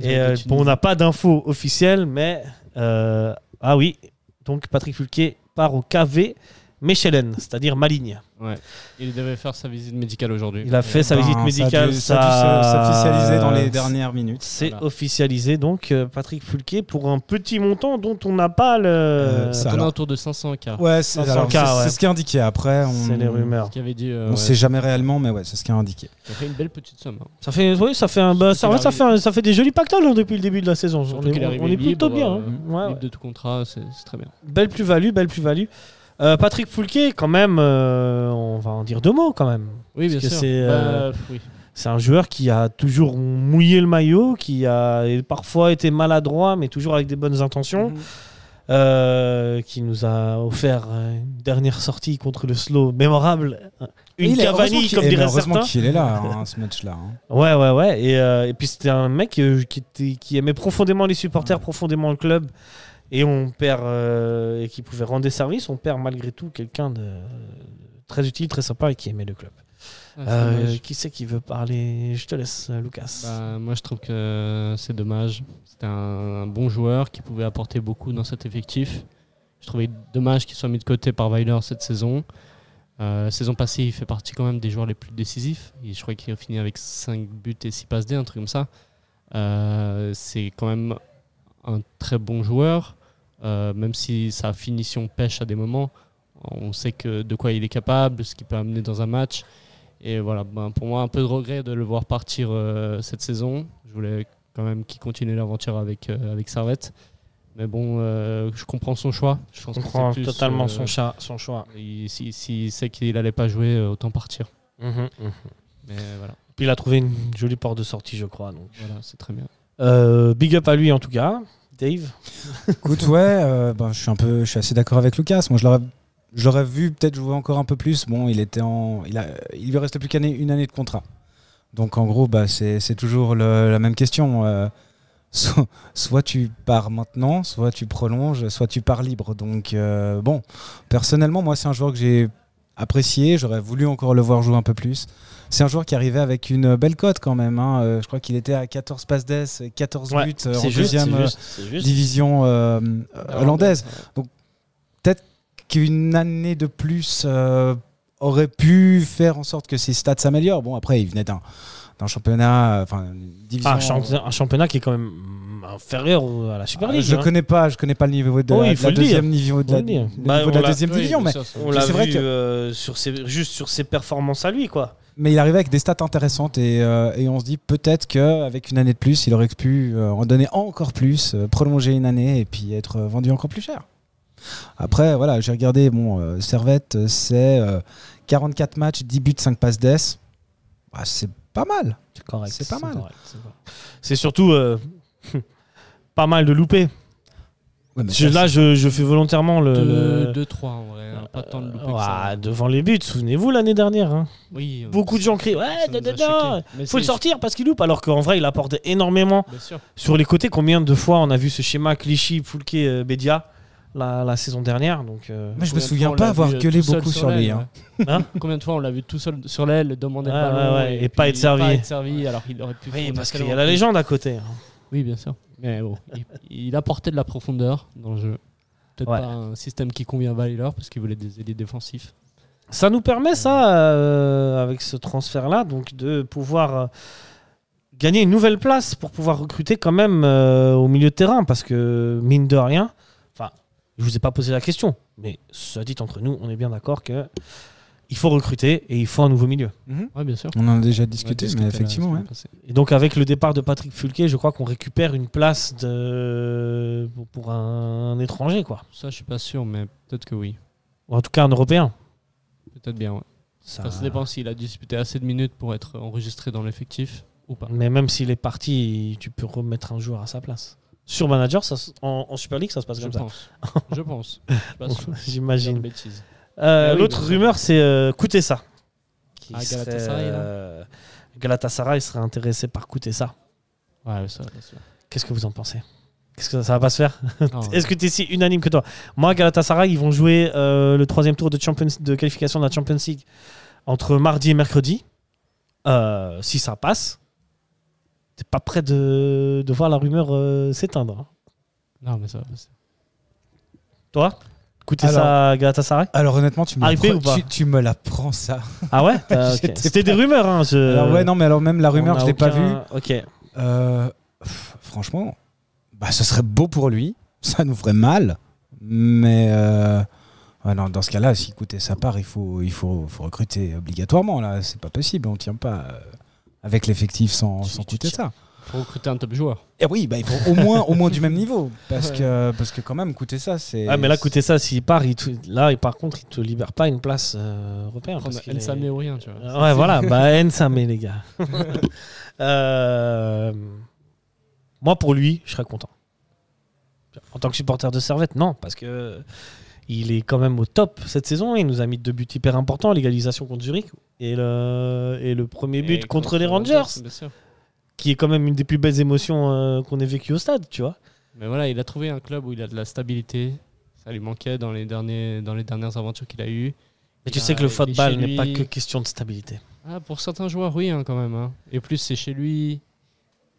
Speaker 4: et,
Speaker 5: truc
Speaker 4: euh,
Speaker 5: de Tunis.
Speaker 4: bon, on n'a pas d'infos officielles, mais euh, ah oui, donc Patrick Fulquet part au KV Mechelen, c'est-à-dire Maligne.
Speaker 5: Ouais. Il devait faire sa visite médicale aujourd'hui. euh,
Speaker 4: Il a fait sa
Speaker 6: Ben,
Speaker 4: visite
Speaker 6: ça a dû-
Speaker 4: médicale, Euh,
Speaker 6: ça a dû se- s'officialiser dans les dernières minutes.
Speaker 4: C'est
Speaker 5: Voilà.
Speaker 4: officialisé donc euh, Patrick Fulquet pour un petit montant dont on n'a pas le.
Speaker 6: Euh, ça-
Speaker 5: Ça tourne
Speaker 6: alors-
Speaker 5: autour de 500K.
Speaker 6: Ouais, c'est
Speaker 4: 500K,
Speaker 6: alors, c'est-
Speaker 4: ouais.
Speaker 6: c'est ce qui est indiqué. Après, on,
Speaker 4: c'est les rumeurs.
Speaker 5: Qui avait dit. euh,
Speaker 6: on
Speaker 5: ouais,
Speaker 6: sait jamais réellement, mais ouais, c'est ce qui est indiqué.
Speaker 5: Il a fait une belle petite somme. hein.
Speaker 4: Ça fait, oui, ça fait un, bah, ça, en
Speaker 5: qu'il
Speaker 4: fait, ça
Speaker 5: arrive-
Speaker 4: fait, un- ça fait des jolis pactoles hein, depuis le début de la saison.
Speaker 5: Surtout
Speaker 4: On est,
Speaker 5: qu'il
Speaker 4: on-
Speaker 5: arrivait
Speaker 4: on est plutôt
Speaker 5: libre,
Speaker 4: bien.
Speaker 5: euh,
Speaker 4: hein. Ouais, ouais.
Speaker 5: Libre de tout contrat, c'est c'est très bien.
Speaker 4: Belle plus-value, belle plus-value. Euh, Patrick Fulquet, quand même, euh, on va en dire deux mots quand même.
Speaker 5: Oui,
Speaker 4: Parce
Speaker 5: bien
Speaker 4: que
Speaker 5: sûr.
Speaker 4: c'est, euh,
Speaker 5: Bah, oui.
Speaker 4: C'est un joueur qui a toujours mouillé le maillot, qui a parfois été maladroit, mais toujours avec des bonnes intentions,
Speaker 6: Mhm.
Speaker 4: euh, qui nous a offert euh, une dernière sortie contre le slow mémorable, une
Speaker 6: Il est- heureusement
Speaker 4: Cavani,
Speaker 6: qu'il-
Speaker 4: comme
Speaker 6: eh ben,
Speaker 4: dirait
Speaker 6: Heureusement
Speaker 4: certains.
Speaker 6: qu'il est là, hein, ce match-là. hein.
Speaker 4: Ouais, ouais, ouais. Et, euh, et puis c'était un mec euh, qui, était- qui aimait profondément les supporters, profondément le club. Et on perd, euh, et qui pouvait rendre des services, on perd malgré tout quelqu'un de très utile, très sympa et qui aimait le club.
Speaker 5: Ah, c'est
Speaker 4: Euh,
Speaker 5: dommage.
Speaker 4: qui c'est qui veut parler Je te laisse, euh, Lucas.
Speaker 5: Bah, moi, je trouve que c'est dommage. C'était un, un bon joueur qui pouvait apporter beaucoup dans cet effectif. Je trouvais dommage qu'il soit mis de côté par Weiler cette saison. Euh, la saison passée, il fait partie quand même des joueurs les plus décisifs. Et je crois qu'il a fini avec 5 buts et 6 passes D, un truc comme ça. Euh, c'est quand même un très bon joueur, Euh, même si sa finition pêche à des moments. On sait que de quoi il est capable, ce qu'il peut amener dans un match. Et voilà, ben, pour moi, un peu de regret de le voir partir euh, cette saison. Je voulais quand même qu'il continue l'aventure avec, euh, avec Servette. Mais bon, euh, je comprends son choix. Je pense
Speaker 4: On
Speaker 5: que c'est
Speaker 4: prend
Speaker 5: plus,
Speaker 4: totalement
Speaker 5: euh,
Speaker 4: son, chat, son choix.
Speaker 5: il- si- S'il sait qu'il n'allait pas jouer, euh, autant partir.
Speaker 4: Mhm,
Speaker 5: Mais voilà,
Speaker 4: Puis il a trouvé une jolie porte de sortie, je crois. Donc.
Speaker 5: voilà c'est très bien.
Speaker 4: Euh, big up à lui en tout cas. Dave
Speaker 6: Écoute, ouais, euh, ben, je suis un peu, je suis assez d'accord avec Lucas. Moi, je l'aurais, je l'aurais vu peut-être jouer encore un peu plus. Bon, il était en, il a, il lui restait plus qu'une année, une année de contrat. Donc en gros, bah, c'est, c'est toujours le- la même question. euh, so- soit tu pars maintenant, soit tu prolonges, soit tu pars libre. Donc euh, bon, personnellement, moi, c'est un joueur que j'ai apprécié. J'aurais voulu encore le voir jouer un peu plus. C'est un joueur qui arrivait avec une belle cote quand même. hein. Euh, je crois qu'il était à 14 passes d'ess, 14 buts euh, en
Speaker 4: c'est juste,
Speaker 6: deuxième.
Speaker 4: c'est
Speaker 6: euh,
Speaker 4: juste, c'est juste.
Speaker 6: division euh, hollandaise. Donc peut-être qu'une année de plus euh, aurait pu faire en sorte que ses stats s'améliorent. Bon, après, il venait d'un d'un championnat, euh, enfin, une division. euh, Ah,
Speaker 4: Ah, un, championnat, un championnat qui est quand même mm, inférieur au- à la Super League.
Speaker 6: je
Speaker 4: hein.
Speaker 6: connais pas, je connais pas le niveau de
Speaker 4: Oui,
Speaker 6: la,
Speaker 4: il faut
Speaker 6: la
Speaker 4: le dire.
Speaker 6: deuxième niveau de
Speaker 4: Faut
Speaker 6: la,
Speaker 4: le dire.
Speaker 6: le
Speaker 4: Bah,
Speaker 6: niveau de
Speaker 4: on
Speaker 6: la
Speaker 4: l'a-
Speaker 6: deuxième
Speaker 5: Oui,
Speaker 6: division, mais,
Speaker 5: bien sûr, c'est-
Speaker 4: On l'a
Speaker 6: C'est vrai
Speaker 4: vu
Speaker 6: que-
Speaker 4: euh, sur ses, juste sur ses performances à lui, quoi.
Speaker 6: mais il arrivait avec des stats intéressantes et, euh, et on se dit peut-être qu'avec une année de plus, il aurait pu euh, en donner encore plus, euh, prolonger une année et puis être euh, vendu encore plus cher. Après, voilà, j'ai regardé, bon, euh, Servette, euh, c'est euh, 44 matchs, 10 buts, 5 passes d'ess. Bah, c'est pas mal.
Speaker 4: C'est correct.
Speaker 6: C'est pas mal.
Speaker 4: correct, c'est correct. C'est surtout euh, pas mal de louper. Je- là, je, je fais volontairement le. le-
Speaker 5: 2-3 en vrai, hein, pas tant de louper que ça.
Speaker 4: Ouah, devant les buts, souvenez-vous l'année dernière. hein.
Speaker 5: Oui, euh,
Speaker 4: Beaucoup de gens crient
Speaker 5: ça
Speaker 4: Ouais,
Speaker 5: nous a
Speaker 4: Ah, dadada,
Speaker 5: choqués. Mais
Speaker 4: faut le
Speaker 5: c'est-
Speaker 4: sortir parce qu'il loupe. Alors qu'en vrai, il apporte énormément
Speaker 5: Bien sûr.
Speaker 4: sur les côtés. Combien de fois on a vu ce schéma Clichy, Foulquet, euh, Bédia la, la saison dernière Donc, euh,
Speaker 6: Moi, je me
Speaker 5: Combien de
Speaker 6: souviens
Speaker 5: fois on
Speaker 6: pas
Speaker 5: l'a
Speaker 6: avoir
Speaker 5: vu, euh,
Speaker 6: gueulé
Speaker 5: tout seul
Speaker 6: beaucoup sur lui.
Speaker 5: l'aile,
Speaker 6: hein.
Speaker 5: ouais.
Speaker 4: Hein
Speaker 5: Combien de fois on l'a vu tout seul sur l'aile, demander
Speaker 4: Ouais,
Speaker 5: le ballon
Speaker 4: ouais, ouais, et
Speaker 5: puis
Speaker 4: pas être servi.
Speaker 5: servi, alors qu'il aurait pu.
Speaker 4: Oui,
Speaker 5: on
Speaker 4: parce qu'il
Speaker 5: tellement
Speaker 4: y a la
Speaker 5: pu-
Speaker 4: légende à côté. hein.
Speaker 5: Oui, bien sûr. Mais bon, il, il apportait de la profondeur dans le jeu. Peut-être
Speaker 4: Ouais.
Speaker 5: pas un système qui convient à Valor parce qu'il voulait des ailiers défensifs.
Speaker 4: Ça nous permet, ça, euh, avec ce transfert-là, donc de pouvoir euh, gagner une nouvelle place pour pouvoir recruter quand même euh, au milieu de terrain, parce que mine de rien, enfin, je vous ai pas posé la question, mais ça dit entre nous, on est bien d'accord que il faut recruter et il faut un nouveau milieu.
Speaker 5: Ouais, bien sûr.
Speaker 6: Mhm. On en a déjà
Speaker 5: On a
Speaker 6: discuté,
Speaker 5: discuté
Speaker 6: mais
Speaker 5: la
Speaker 6: effectivement,
Speaker 5: semaine
Speaker 6: ouais.
Speaker 5: passée.
Speaker 4: Et donc avec le départ de Patrick Fulquet, je crois qu'on récupère une place de pour- pour un étranger, quoi,
Speaker 5: Ça, je suis pas sûr, mais peut-être que oui.
Speaker 4: ou en tout cas un Européen.
Speaker 5: Peut-être bien, ouais.
Speaker 4: Ça-
Speaker 5: Enfin, ça dépend s'il a disputé assez de minutes pour être enregistré dans l'effectif ou pas.
Speaker 4: Mais même s'il est parti, tu peux remettre un joueur à sa place. Sur manager, ça, se- en, en Super League, ça se passe
Speaker 5: Je
Speaker 4: comme
Speaker 5: pense. je pense. Je suis pas
Speaker 4: ça.
Speaker 5: sûr. Une
Speaker 4: J'imagine.
Speaker 5: bêtise.
Speaker 4: Euh,
Speaker 5: Ah oui,
Speaker 4: L'autre
Speaker 5: bien sûr.
Speaker 4: rumeur, c'est euh, Kutesa. Qui
Speaker 5: Ah,
Speaker 4: serait,
Speaker 5: Galatasaray, là.
Speaker 4: euh, Galatasaray serait intéressé par Kutesa.
Speaker 5: Ouais, ça, bien sûr.
Speaker 4: Qu'est-ce que vous en pensez Qu'est-ce que ça, ça va pas se faire
Speaker 5: Ah, ouais.
Speaker 4: Est-ce que tu es si unanime que toi Moi, Galatasaray, ils vont jouer euh, le troisième tour de, Champions, de qualification de la Champions League entre mardi et mercredi. Euh, si ça passe, t'es pas prêt de, de voir la rumeur euh, s'éteindre. hein.
Speaker 5: Non, mais ça va passer.
Speaker 4: Toi Écoutez
Speaker 6: Alors-
Speaker 4: ça, Galatasaray
Speaker 6: Alors honnêtement, tu me,
Speaker 4: Arrivé
Speaker 6: l'apprends-
Speaker 4: ou pas
Speaker 6: tu, tu me l'apprends ça.
Speaker 4: Ah ouais T'as- ok.
Speaker 6: J'étais
Speaker 4: C'était
Speaker 6: pas-
Speaker 4: des rumeurs. Hein,
Speaker 5: Euh,
Speaker 4: je-
Speaker 6: Alors ouais, non, mais alors même la rumeur,
Speaker 4: On
Speaker 6: je
Speaker 4: a
Speaker 6: l'ai pas vue.
Speaker 4: aucun- Ok.
Speaker 6: Euh, pff, franchement, bah, ce serait beau pour lui. Ça nous ferait mal. Mais euh, ouais, non, dans ce cas-là, si coûtait sa part, il faut, il faut, faut recruter obligatoirement. Là, c'est pas possible. On tient pas euh, avec l'effectif sans,
Speaker 4: Tu-
Speaker 6: sans
Speaker 4: tu
Speaker 6: coûter
Speaker 4: tiens.
Speaker 6: ça.
Speaker 5: Faut recruter un top joueur.
Speaker 6: Et oui, bah, il faut au moins, au moins du même niveau. Parce, que, parce que quand même, coûter ça, c'est.
Speaker 4: Ah, mais là, écoutez ça, s'il part, il te- là, et par contre, il te libère pas une place euh, européenne.
Speaker 5: Prendre
Speaker 4: parce qu'il est-
Speaker 5: Ensame E ou rien, tu vois.
Speaker 4: Euh, Ouais, voilà. Bah, Ensamé, les gars. Euh, Moi, pour lui, je serais content. En tant que supporter de Servette, non, parce que il est quand même au top cette saison. Il nous a mis deux buts hyper importants l'égalisation contre Zurich et le, et le premier but
Speaker 5: Et
Speaker 4: contre, les Rangers,
Speaker 5: bien sûr.
Speaker 4: qui est quand même une des plus belles émotions euh, qu'on ait vécues au stade, tu vois.
Speaker 5: Mais voilà, il a trouvé un club où il a de la stabilité. Ça lui manquait dans les, derniers, dans les dernières aventures qu'il a eues.
Speaker 4: Mais
Speaker 5: Il
Speaker 4: tu sais
Speaker 5: a-
Speaker 4: que le
Speaker 5: il est
Speaker 4: football
Speaker 5: Bah, chez
Speaker 4: n'est pas
Speaker 5: lui.
Speaker 4: que question de stabilité.
Speaker 5: Ah, pour certains joueurs, oui, hein, quand même. hein. Et plus, c'est chez lui.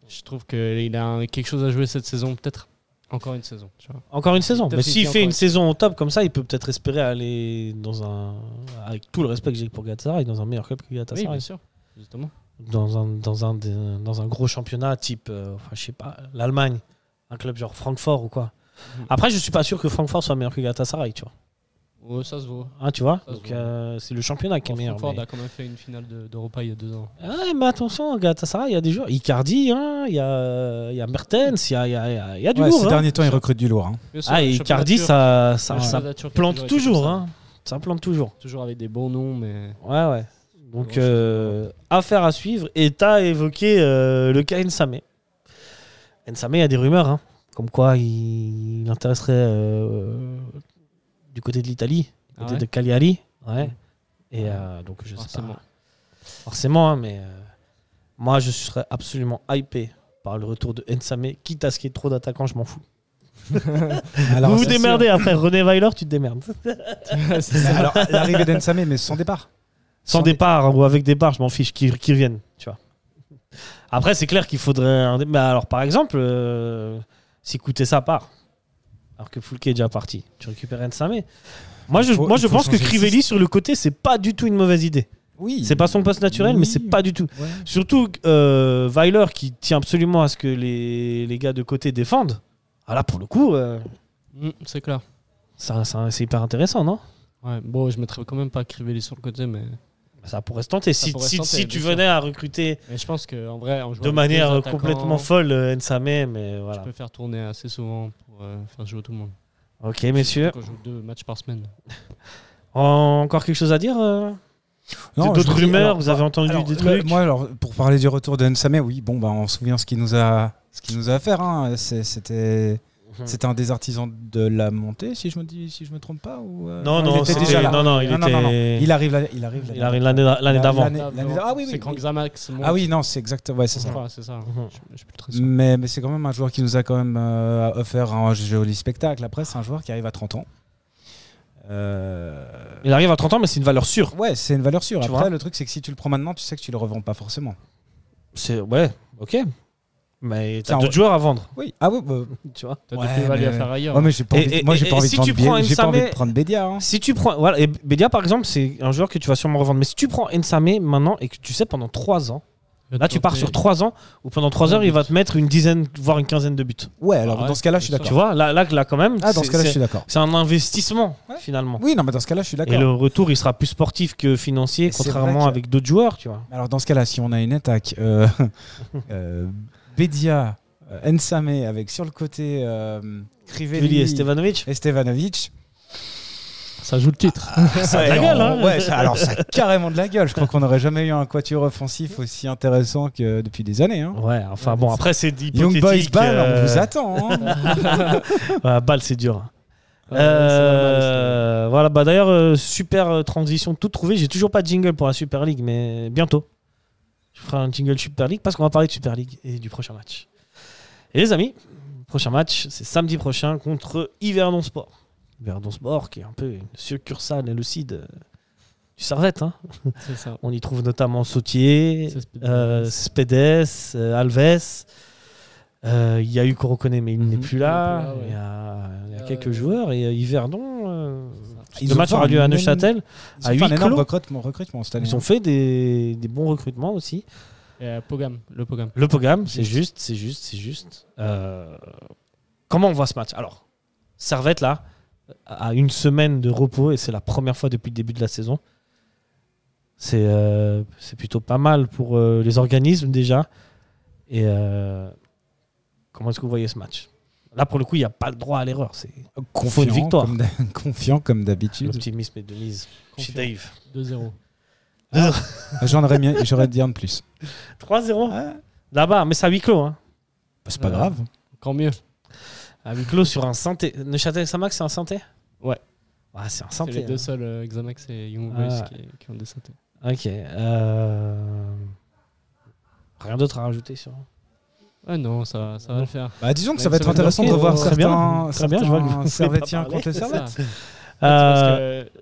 Speaker 5: Je trouve qu'il a un- quelque chose à jouer cette saison, peut-être encore une saison. Tu vois.
Speaker 4: Encore une saison.
Speaker 5: Peut-être
Speaker 4: Mais
Speaker 5: qu'il
Speaker 4: s'il
Speaker 5: tient
Speaker 4: fait
Speaker 5: encore
Speaker 4: une
Speaker 5: une-
Speaker 4: saison au top comme ça, il peut peut-être espérer aller dans un. Avec tout le respect que j'ai pour Galatasaray, dans un meilleur club que
Speaker 5: Oui,
Speaker 4: Galatasaray.
Speaker 5: bien sûr, justement.
Speaker 4: dans un, dans un, des- dans un gros championnat type, euh, enfin, je sais pas, l'Allemagne, un club genre Francfort ou quoi.
Speaker 5: Mhm.
Speaker 4: Après, je suis pas sûr que Francfort soit meilleur que Galatasaray, tu vois.
Speaker 5: Ouais, Oh, ça se voit.
Speaker 4: Hein, tu vois
Speaker 5: Ça se
Speaker 4: Donc,
Speaker 5: voit.
Speaker 4: euh, c'est le championnat qui est meilleur.
Speaker 5: Francfort
Speaker 4: mais-
Speaker 5: a quand même fait une finale de- d'Europa il y a deux ans.
Speaker 4: Ouais, mais attention, Galatasaray, il y a des joueurs. Icardi, hein, il y, a, il y a Mertens, il y a, il y a- il y a- il y a du
Speaker 6: Ouais,
Speaker 4: lourd.
Speaker 6: ces
Speaker 4: hein.
Speaker 6: derniers temps, ils recrutent du lourd. hein.
Speaker 5: Bien sûr,
Speaker 4: Ah,
Speaker 5: le
Speaker 4: et
Speaker 5: championnat
Speaker 4: Icardi,
Speaker 5: turc-
Speaker 4: ça,
Speaker 5: le
Speaker 4: ça, ça
Speaker 5: championnat turc est
Speaker 4: plante
Speaker 5: toujours
Speaker 4: toujours.
Speaker 5: comme ça.
Speaker 4: Hein. Ça plante toujours.
Speaker 5: Toujours avec des bons noms, mais.
Speaker 4: Ouais, ouais. Donc,
Speaker 5: Bon, je
Speaker 4: euh, affaire à suivre. Et t'as évoqué euh, le cas Nsame. Nsame, il y a des rumeurs, hein, comme quoi il, il intéresserait euh, du côté de l'Italie, du
Speaker 5: Ah
Speaker 4: côté
Speaker 5: ouais
Speaker 4: de Cagliari. Ouais.
Speaker 5: Mhm.
Speaker 4: Et euh, donc, je sais
Speaker 5: Forcément.
Speaker 4: pas. Forcément, hein, mais euh, moi, je serais absolument hypé par le retour de Nsame, quitte à ce qu'il y ait trop d'attaquants, je m'en fous.
Speaker 6: Alors,
Speaker 4: vous vous
Speaker 6: ça, c'est-
Speaker 4: démerdez après, René Weiler, tu te démerdes.
Speaker 6: Mais alors, l'arrivée d'Ensamé, mais sans départ.
Speaker 4: Sans départ hein, ou avec départ, je m'en fiche, qu'ils qu'ils viennent, tu vois. Après, c'est clair qu'il faudrait. un dé- Mais alors, par exemple, euh, si coûtait ça part, alors que Foulke est déjà parti, tu récupères Nsamé. Moi, je,
Speaker 6: Il faut-
Speaker 4: moi,
Speaker 6: il
Speaker 4: je
Speaker 6: faut
Speaker 4: pense que
Speaker 6: changer de
Speaker 4: Crivelli sur le côté, c'est pas du tout une mauvaise idée.
Speaker 6: Oui.
Speaker 4: C'est pas son poste naturel, mais
Speaker 6: Oui.
Speaker 4: c'est pas du tout.
Speaker 6: Ouais.
Speaker 4: Surtout euh, Weiler qui tient absolument à ce que les, les gars de côté défendent. Ah là, pour le coup, euh,
Speaker 5: Mm, c'est clair.
Speaker 4: ça- ça- c'est hyper intéressant, non
Speaker 5: Ouais, bon, je mettrais quand même pas Crivelli sur le côté, mais,
Speaker 4: Ça pourrait se tenter.
Speaker 5: Ça
Speaker 4: Si,
Speaker 5: pourrait
Speaker 4: si-
Speaker 5: se tenter,
Speaker 4: si tu
Speaker 5: bien sûr.
Speaker 4: venais à recruter
Speaker 5: mais je pense qu'en vrai,
Speaker 4: de
Speaker 5: en jouant avec deux
Speaker 4: manière euh,
Speaker 5: attaquants,
Speaker 4: complètement folle euh, Nsame, mais
Speaker 5: Je
Speaker 4: voilà.
Speaker 5: peux faire tourner assez souvent pour euh, faire jouer tout le monde.
Speaker 4: Ok, messieurs,
Speaker 5: Quand je joue deux matchs par semaine.
Speaker 4: encore quelque chose à dire euh
Speaker 6: Non, je
Speaker 4: D'autres
Speaker 6: me dis-
Speaker 4: rumeurs,
Speaker 6: alors,
Speaker 4: vous avez entendu
Speaker 6: alors,
Speaker 4: des
Speaker 6: le-
Speaker 4: trucs
Speaker 6: Moi, alors, pour parler du retour d'Ensamé, oui, bon, bah, on se souvient ce qu'il nous a, ce qu'il nous a à faire. hein. C'est- C'était.
Speaker 4: Mhm.
Speaker 6: C'était un des artisans de la montée, si je me dis, si je me trompe pas. Ou euh,
Speaker 4: Non, non,
Speaker 6: il était
Speaker 4: c'était-
Speaker 6: déjà là.
Speaker 4: non, non, il
Speaker 6: Ah,
Speaker 4: était-
Speaker 6: Il arrive, là, il arrive. là.
Speaker 4: Il arrive l'année l'année d'avant.
Speaker 6: L'année- l'année- ah oui, oui.
Speaker 5: C'est quand Xamax monte.
Speaker 6: Ah oui, non, c'est exact. Ouais, c'est ça.
Speaker 5: Enfin, c'est ça.
Speaker 4: Mhm.
Speaker 5: Je, je suis plus très sûr.
Speaker 6: Mais, mais c'est quand même un joueur qui nous a quand même euh, offert un joli spectacle. Après, c'est un joueur qui arrive à 30 ans. Euh,
Speaker 4: Il arrive à 30 ans, mais c'est une valeur sûre.
Speaker 6: Ouais, c'est une valeur sûre.
Speaker 4: Tu vois
Speaker 6: Après, le truc, c'est que si tu le prends maintenant, tu sais que tu le revends pas forcément.
Speaker 4: C'est ouais, ok. Mais t'as
Speaker 6: Tiens,
Speaker 4: d'autres
Speaker 6: ouais.
Speaker 4: joueurs à vendre,
Speaker 6: Oui. Ah oui. bah,
Speaker 4: tu vois.
Speaker 5: T'as
Speaker 6: Ouais,
Speaker 5: des plus-values à
Speaker 6: mais-
Speaker 5: faire ailleurs.
Speaker 6: ouais, mais j'ai pas
Speaker 4: Et-
Speaker 6: envie,
Speaker 4: et-
Speaker 6: de- moi, j'ai
Speaker 4: et-
Speaker 6: pas
Speaker 4: et
Speaker 6: envie
Speaker 4: si
Speaker 6: de prendre
Speaker 4: tu prends
Speaker 6: Bé- j'ai pas envie de
Speaker 4: Nsamé-
Speaker 6: prendre Bédia. hein.
Speaker 4: Si tu prends, voilà, et Bedia par exemple, c'est un joueur que tu vas sûrement revendre. Mais si tu prends Nsame E maintenant et que tu sais pendant 3 ans, là tu pars sur 3 ans où pendant 3 heures il va te mettre une dizaine, voire une quinzaine de buts.
Speaker 6: Ouais, alors
Speaker 5: Ah ouais,
Speaker 6: dans ce cas-là, je suis
Speaker 5: bien
Speaker 4: Tu
Speaker 6: d'accord.
Speaker 4: vois, là, là, là quand même.
Speaker 6: Ah, dans
Speaker 4: c'est-
Speaker 6: ce cas-là, je
Speaker 4: c'est-
Speaker 6: suis d'accord.
Speaker 4: C'est un investissement
Speaker 6: Ouais.
Speaker 4: finalement.
Speaker 6: Oui, non, mais dans ce cas-là, je suis
Speaker 4: Et
Speaker 6: d'accord.
Speaker 4: le retour, il sera plus sportif que financier,
Speaker 6: Et c'est
Speaker 4: contrairement
Speaker 6: vrai que-
Speaker 4: avec d'autres joueurs, tu vois.
Speaker 6: Alors dans ce cas-là, si on a une attaque, euh, euh, Bédia, euh, Nsamé avec sur le côté euh,
Speaker 4: Vili
Speaker 6: Crivelli
Speaker 4: et Stevanovic,
Speaker 6: et Stevanovic.
Speaker 5: Ça joue le titre.
Speaker 6: Ah.
Speaker 4: ça a de la
Speaker 6: Et
Speaker 4: gueule,
Speaker 6: on-
Speaker 4: hein.
Speaker 6: ouais, ça- alors ça a carrément de la gueule. Je crois qu'on n'aurait jamais eu un quatuor offensif aussi intéressant que depuis des années. hein.
Speaker 4: Ouais, enfin bon, après c'est hypothétique.
Speaker 6: Young Boys Ball,
Speaker 4: euh,
Speaker 6: on vous attend. hein.
Speaker 4: ouais, balle, c'est dur.
Speaker 5: Ouais,
Speaker 4: Euh, voilà, bah d'ailleurs, euh, super euh, transition toute trouvée. J'ai toujours pas de jingle pour la Super League, mais bientôt. Je ferai un jingle Super League parce qu'on va parler de Super League et du prochain match. Et les amis, prochain match, c'est samedi prochain contre Yverdon Sport. Yverdon Sport qui est un peu une succursale et le CID euh, du Servette. Hein.
Speaker 5: C'est ça.
Speaker 4: On y trouve notamment Sautier,
Speaker 5: C'est Spedes.
Speaker 4: euh, Spedes, euh, Alves. Euh, Il y a eu Corocone, mais il n'est
Speaker 5: Mhm.
Speaker 4: plus là.
Speaker 5: Il est plus là, ouais.
Speaker 4: Il y a, il y a
Speaker 5: Euh,
Speaker 4: quelques joueurs. Et euh, Yverdon, euh,
Speaker 6: Ils
Speaker 4: le
Speaker 6: ont
Speaker 4: match
Speaker 6: fait
Speaker 4: aura
Speaker 6: un
Speaker 4: lieu à
Speaker 6: énorme-
Speaker 4: Neuchâtel.
Speaker 6: Ils
Speaker 4: à
Speaker 6: ont fait
Speaker 4: huis
Speaker 6: un énorme
Speaker 4: clos.
Speaker 6: recrutement, recrutement cette année.
Speaker 4: Ils ont fait des, des bons recrutements aussi.
Speaker 5: Et, euh, Pogam, le Pogam.
Speaker 4: Le Pogam, c'est juste, c'est juste, c'est juste. Euh, comment on voit ce match Alors, Servette, là, a une semaine de repos et c'est la première fois depuis le début de la saison. C'est euh, c'est plutôt pas mal pour euh, les organismes déjà. Et euh, comment est-ce que vous voyez ce match Là, pour le coup, il n'y a pas le droit à l'erreur. C'est
Speaker 6: confiant,
Speaker 4: une victoire.
Speaker 6: Comme d'hab- confiant comme d'habitude.
Speaker 4: l'optimisme est de mise. Chez
Speaker 5: Confiant.
Speaker 4: Dave.
Speaker 5: 2-0.
Speaker 6: J'aurais Ah, mis- j'aurais dit un de plus.
Speaker 4: 3-0
Speaker 5: Ah.
Speaker 4: là-bas, mais c'est à huis clos. Hein.
Speaker 6: Bah, C'est pas
Speaker 5: Ouais.
Speaker 6: grave.
Speaker 5: Encore mieux.
Speaker 4: À huis clos sur un synthé. Neuchâtel Saint-Max, c'est un synthé
Speaker 5: Ouais.
Speaker 4: Ah, c'est un
Speaker 5: C'est
Speaker 4: synthé.
Speaker 5: les deux
Speaker 4: hein.
Speaker 5: seuls euh, Xamax et Young
Speaker 4: Ah.
Speaker 5: Boys qui, qui ont des synthés.
Speaker 4: Ok. euh, Rien d'autre à rajouter sur.
Speaker 5: Ouais, non, ça, ça va le faire.
Speaker 6: Bah, disons que ça
Speaker 5: Ouais,
Speaker 6: va être
Speaker 5: c'est
Speaker 6: intéressant de
Speaker 5: bloqué,
Speaker 6: revoir
Speaker 5: euh,
Speaker 4: très bien.
Speaker 6: certains,
Speaker 4: Très bien, je vois que vous voulez pas
Speaker 6: certains Servettiens
Speaker 4: parler.
Speaker 6: contre les
Speaker 4: Euh,
Speaker 5: C'est ça.
Speaker 6: Servettes.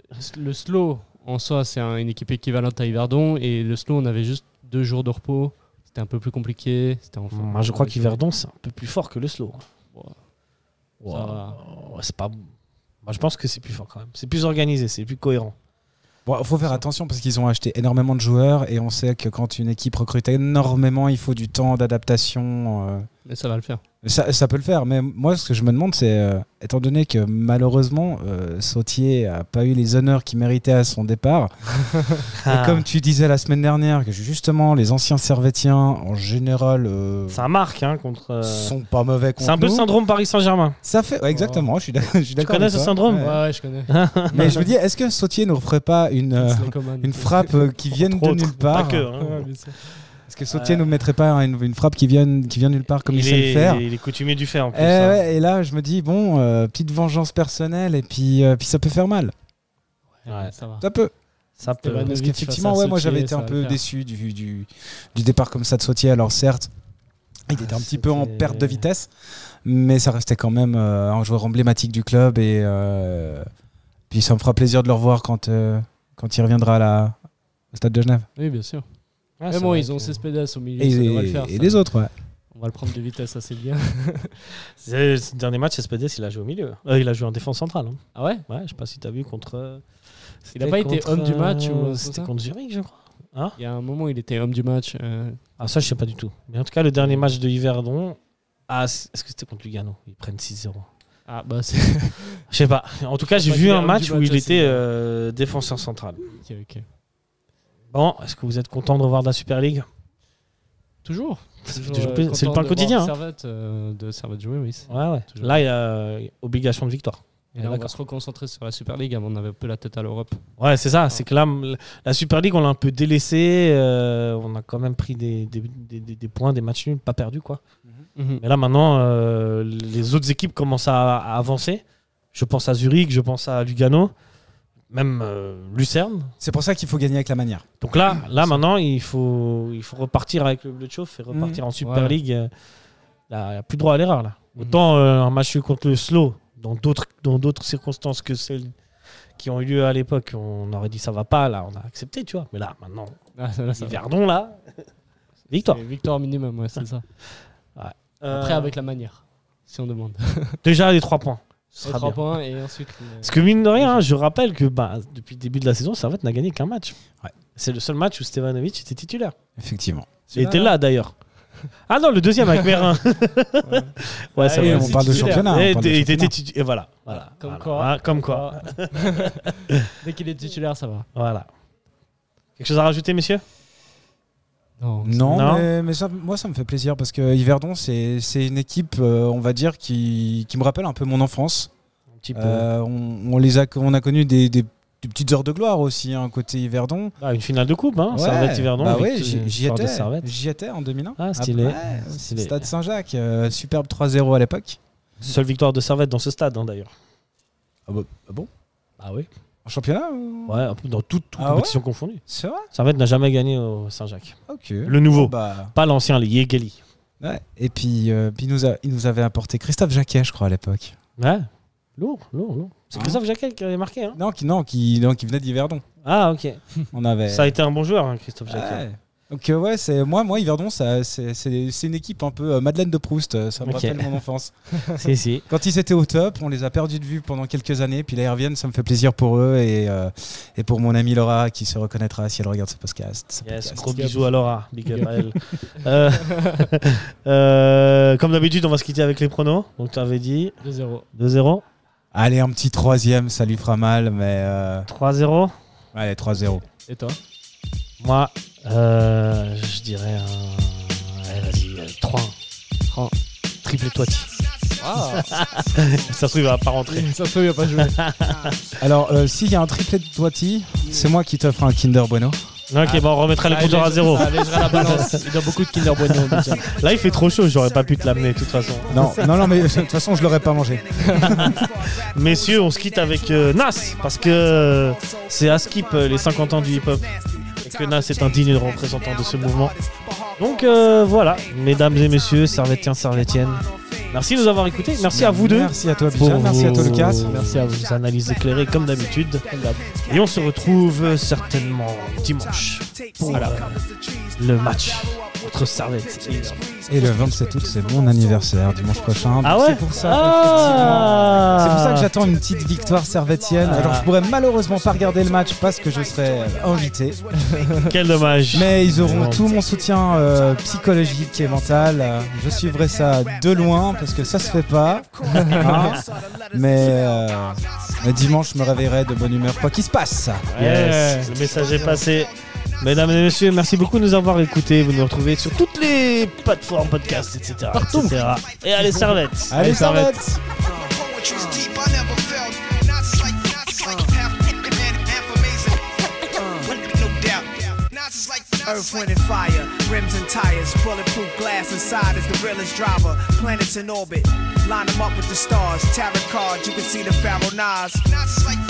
Speaker 5: Parce que le slow, en soi, c'est un- une équipe équivalente à Yverdon. Et le slow, on avait juste deux jours de repos. C'était un peu plus compliqué. C'était en forme.
Speaker 4: Moi, je crois qu'Hiverdon, c'est un peu plus fort que le slow.
Speaker 5: Ouais.
Speaker 4: Ouais,
Speaker 5: Ça va.
Speaker 4: ouais, c'est pas. Moi, je pense que c'est plus fort quand même. C'est plus organisé, c'est plus cohérent.
Speaker 6: Bon, faut faire attention parce qu'ils ont acheté énormément de joueurs et on sait que quand une équipe recrute énormément, il faut du temps d'adaptation. euh,
Speaker 5: Mais ça va le faire.
Speaker 6: Ça, ça peut le faire, mais moi ce que je me demande c'est, euh, étant donné que malheureusement euh, Sautier a pas eu les honneurs qu'il méritait à son départ,
Speaker 4: Ah.
Speaker 6: et comme tu disais la semaine dernière que justement les anciens Servetiens en général euh,
Speaker 4: Ça marque hein, contre. euh,
Speaker 6: sont pas mauvais contre
Speaker 4: C'est un peu le
Speaker 6: nous.
Speaker 4: syndrome Paris Saint-Germain.
Speaker 6: Ça fait ouais, exactement, je suis d'ac- je suis
Speaker 4: Tu
Speaker 6: d'accord.
Speaker 4: connais
Speaker 6: avec
Speaker 4: ce
Speaker 6: toi.
Speaker 4: syndrome
Speaker 6: Ouais.
Speaker 5: Ouais, ouais, je connais.
Speaker 6: Mais je me dis, est-ce que Sautier nous referait pas une, euh, une frappe euh, qui vienne
Speaker 4: Entre
Speaker 6: de
Speaker 4: autres,
Speaker 6: nulle part
Speaker 4: Pas que. hein.
Speaker 6: Est-ce que Sautier nous mettrait pas une, une frappe qui vient, qui vient nulle part comme il,
Speaker 4: il,
Speaker 6: sait
Speaker 4: est,
Speaker 6: le faire
Speaker 4: il est- il est coutumier du fer en plus.
Speaker 6: Eh
Speaker 4: hein.
Speaker 6: ouais, et là, je me dis, bon, euh, petite vengeance personnelle, et puis, euh, puis ça peut faire mal.
Speaker 4: Ouais,
Speaker 5: ça va.
Speaker 6: Ça peut.
Speaker 4: Ça peut.
Speaker 5: Stéphane.
Speaker 6: Parce
Speaker 5: Ivanovic
Speaker 6: qu'effectivement,
Speaker 5: face à
Speaker 6: Eh ben, ouais, moi
Speaker 5: Sautier,
Speaker 6: j'avais été
Speaker 5: ça
Speaker 6: un
Speaker 5: va
Speaker 6: peu
Speaker 5: faire.
Speaker 6: déçu du, du, du départ comme ça de Sautier. Alors certes, il
Speaker 5: Ah,
Speaker 6: était un petit peu en
Speaker 4: c'était-
Speaker 6: perte de vitesse, mais ça restait quand même euh, un joueur emblématique du club. Et euh, puis ça me fera plaisir de le revoir quand, euh, quand il reviendra à la, au Stade de Genève.
Speaker 5: Oui, bien sûr.
Speaker 4: Ouais,
Speaker 5: Mais
Speaker 4: c'est
Speaker 5: bon,
Speaker 4: vrai
Speaker 5: ils ont
Speaker 4: que-
Speaker 5: Cespedes au milieu.
Speaker 6: Et,
Speaker 5: ça devrait le faire,
Speaker 6: et
Speaker 5: ça.
Speaker 6: les autres, ouais.
Speaker 5: On va le prendre de vitesse, ça c'est bien.
Speaker 4: C'est- Euh, Ce dernier match, Cespedes, il a joué au milieu. Euh, il a joué en défense centrale. hein.
Speaker 5: Ah ouais
Speaker 4: Ouais, je sais pas si t'as vu contre. euh,
Speaker 5: Il
Speaker 4: c'était
Speaker 5: a pas été
Speaker 4: contre,
Speaker 5: homme du match
Speaker 4: euh,
Speaker 5: ou-
Speaker 4: C'était contre Zurich, je crois.
Speaker 5: Il y a un moment, il était homme du match. euh,
Speaker 4: Ah, ça, je sais pas du tout. Mais en tout cas, le dernier match de Yverdon. Ah, c- est-ce que c'était contre Lugano Ils prennent 6-0.
Speaker 5: Ah bah c'est.
Speaker 4: Je sais pas. En tout cas, j'ai
Speaker 5: crois qu'il
Speaker 4: vu
Speaker 5: est
Speaker 4: un
Speaker 5: homme
Speaker 4: match
Speaker 5: du
Speaker 4: où
Speaker 5: match,
Speaker 4: il
Speaker 5: ça,
Speaker 4: était
Speaker 5: c'est-
Speaker 4: euh, défenseur central.
Speaker 5: ok, ok.
Speaker 4: Bon, est-ce que vous êtes content de revoir de la Super League
Speaker 5: Toujours. euh,
Speaker 4: toujours plaisir. C'est le pain quotidien, hein.
Speaker 5: Servette, euh, de Servette jouer, oui.
Speaker 4: Ouais, ouais.
Speaker 5: Toujours.
Speaker 4: Là, il y a euh, obligation de victoire.
Speaker 5: Et là, on va
Speaker 4: Ah, D'accord.
Speaker 5: se reconcentrer sur la Super League. Avant, on avait un peu la tête à l'Europe.
Speaker 4: Ouais, c'est ça. C'est que là, m- la Super League, on l'a un peu délaissée. euh, on a quand même pris des, des- des- des- des points, des matchs nuls, pas perdus, quoi. Mais là, maintenant, euh, les autres équipes commencent à, à avancer. Je pense à Zurich, je pense à Lugano, même euh, Lucerne.
Speaker 6: C'est pour ça qu'il faut gagner avec la manière.
Speaker 4: Donc là, là maintenant, il faut, il faut repartir avec le bleu de chauffe et repartir en Super
Speaker 5: Mmh. Ouais.
Speaker 4: League. Euh, Là, il n'y a plus droit à l'erreur. Là.
Speaker 5: Mhm.
Speaker 4: Autant euh, un match contre le slow, dans d'autres, dans d'autres circonstances que celles qui ont eu lieu à l'époque, on aurait dit ça va pas, là, on a accepté, tu vois. Mais là, maintenant,
Speaker 5: Ah, là, ça va.
Speaker 4: Verdon, là, victoire.
Speaker 5: C'est Victoire minimum, ouais, c'est ça. Après,
Speaker 4: Euh,
Speaker 5: avec la manière, si on demande.
Speaker 4: déjà les trois points. Ce
Speaker 5: Les
Speaker 4: sera
Speaker 5: trois
Speaker 4: bien.
Speaker 5: points Mmh. et ensuite. euh, le-
Speaker 4: Parce que mine de rien, hein, je rappelle que bah, depuis le début de la saison, Servette n'a gagné qu'un match.
Speaker 6: Ouais.
Speaker 4: C'est le seul match où Stevanovic était titulaire.
Speaker 6: Effectivement.
Speaker 4: Il était là d'ailleurs. Ah non, le deuxième avec Merin. ouais, c'est
Speaker 6: Et
Speaker 4: vrai.
Speaker 6: on parle de championnat.
Speaker 4: Et
Speaker 6: on parle de
Speaker 4: il était
Speaker 6: championnat.
Speaker 4: titu- Et voilà. voilà
Speaker 5: Comme
Speaker 4: voilà.
Speaker 5: quoi.
Speaker 4: Hein, comme quoi.
Speaker 5: Ah. Dès qu'il est titulaire, ça va.
Speaker 4: Voilà. Quelque chose à rajouter, messieurs
Speaker 5: Non.
Speaker 6: Non,
Speaker 4: Non.
Speaker 6: mais, mais ça, moi ça me fait plaisir parce que Yverdon, c'est c'est une équipe, euh, on va dire, qui, qui me rappelle un peu mon enfance.
Speaker 4: Un petit peu.
Speaker 6: Euh, on, on les a, on a connu des, des- des petites heures de gloire aussi, hein, côté Yverdon.
Speaker 4: Ah, une finale de coupe, hein. Servette Yverdon.
Speaker 6: Bah
Speaker 4: avec,
Speaker 6: ouais,
Speaker 4: euh,
Speaker 6: j'y j'y
Speaker 4: victoire de
Speaker 6: étais,
Speaker 4: Servette.
Speaker 6: j'y étais en 2001.
Speaker 4: Ah, stylé.
Speaker 6: ouais,
Speaker 4: Stylé.
Speaker 6: Stade Saint-Jacques, euh, superbe 3-0 à l'époque.
Speaker 4: Seule victoire de Servette dans ce stade, hein, d'ailleurs.
Speaker 6: Ah, bah- ah bon
Speaker 4: Ah oui.
Speaker 6: En championnat hein. ou-
Speaker 4: Ouais, un peu dans toutes toute
Speaker 6: Ah
Speaker 4: compétitions confondues.
Speaker 6: C'est vrai
Speaker 4: Servette n'a jamais gagné au Saint-Jacques.
Speaker 6: Ok.
Speaker 4: Le nouveau,
Speaker 6: Bah,
Speaker 4: pas l'ancien, le Yegali.
Speaker 6: ouais. Et puis, euh, puis il, nous a- il nous avait apporté Christophe Jacquet, je crois, à l'époque.
Speaker 4: Ouais. Lourd, lourd, lourd.
Speaker 6: Hein
Speaker 4: C'est Christophe Jacquet qui avait marqué. Hein.
Speaker 6: Non, qui, non, qui, non, qui venait d'Yverdon.
Speaker 4: Ah, ok.
Speaker 6: On avait.
Speaker 4: Ça a été un bon joueur, hein, Christophe Jacquet.
Speaker 6: Ouais. Donc euh, ouais, c'est moi, moi Yverdon, ça, c'est, c'est- c'est une équipe un peu euh, Madeleine de Proust. euh, Ça me
Speaker 4: Ok.
Speaker 6: rappelle mon enfance.
Speaker 4: Si, si.
Speaker 6: Quand ils étaient au top, on les a perdus de vue pendant quelques années, puis là ils reviennent. Ça me fait plaisir pour eux et, euh, et pour mon amie Laura qui se reconnaîtra si elle regarde ce podcast. ce
Speaker 4: Yes,
Speaker 6: podcast.
Speaker 4: gros bisous à Laura, big up à elle. Euh, euh, comme d'habitude, on va se quitter avec les pronos. Donc tu avais dit
Speaker 5: 2-0.
Speaker 4: 2-0,
Speaker 6: Allez, un petit troisième, ça lui fera mal, mais euh,
Speaker 4: 3-0.
Speaker 6: allez 3-0.
Speaker 5: Et toi
Speaker 4: Moi, euh, je dirais un... Allez, vas-y, euh, 3 3 Triple toiti. Ah. Ça se trouve, il va pas rentrer.
Speaker 5: Ça se trouve, il va pas jouer.
Speaker 6: Alors euh, s'il y a un triplé de Toiti, c'est moi qui t'offre un Kinder Bueno.
Speaker 4: Ok, bah on remettra le
Speaker 5: Ah,
Speaker 4: compteur
Speaker 5: il
Speaker 4: à
Speaker 5: est-
Speaker 4: 0.
Speaker 5: ça allégera la balance. Il y a beaucoup de Kinder Bueno. déjà.
Speaker 4: Là, il fait trop chaud, j'aurais pas pu te l'amener de toute façon.
Speaker 6: Non, non, non, mais de toute façon je l'aurais pas mangé.
Speaker 4: Messieurs, on se quitte avec euh, Nas parce que euh, c'est à skip euh, les 50 ans du hip-hop. Et que Nas est un digne représentant de ce mouvement. Donc euh, voilà, mesdames et messieurs, servetiens, servetiennes, Merci de nous avoir écoutés. Merci à vous deux.
Speaker 6: Merci à toi, Bijan.
Speaker 4: pour
Speaker 6: Merci à toi,
Speaker 4: vos-
Speaker 6: Lucas.
Speaker 4: Merci à vos analyses éclairées comme d'habitude. Et on se retrouve certainement dimanche pour la- le match entre Servette et Lyon.
Speaker 6: Et le 27 août, c'est mon anniversaire, dimanche prochain. Donc
Speaker 4: Ah ouais
Speaker 6: C'est pour ça.
Speaker 4: Ah
Speaker 6: C'est pour ça que j'attends une petite victoire servétienne. Alors je pourrais malheureusement pas regarder le match parce que je serai invité.
Speaker 4: Quel dommage.
Speaker 6: Mais ils auront
Speaker 4: Vraiment.
Speaker 6: tout mon soutien euh, psychologique et mental. Euh, Je suivrai ça de loin parce que ça se fait pas. Hein mais, euh, mais dimanche, je me réveillerai de bonne humeur, quoi qu'il se passe.
Speaker 4: Yes, le message est passé. Mesdames et messieurs, merci beaucoup de nous avoir écoutés. Vous nous retrouvez sur toutes les plateformes, podcasts, etc. Partout. Et allez, servette.
Speaker 6: Allez, Servette
Speaker 10: Poetry's deep, I never felt. Nazis like Nazis like half man, half amazing. No doubt. Nazis like Nazis
Speaker 11: Earth,
Speaker 10: like
Speaker 11: wind, and fire, rims and tires, bulletproof glass inside is the realest driver. Planets in orbit, line them up with the stars. Tarot cards, you can see the Pharaoh Nas.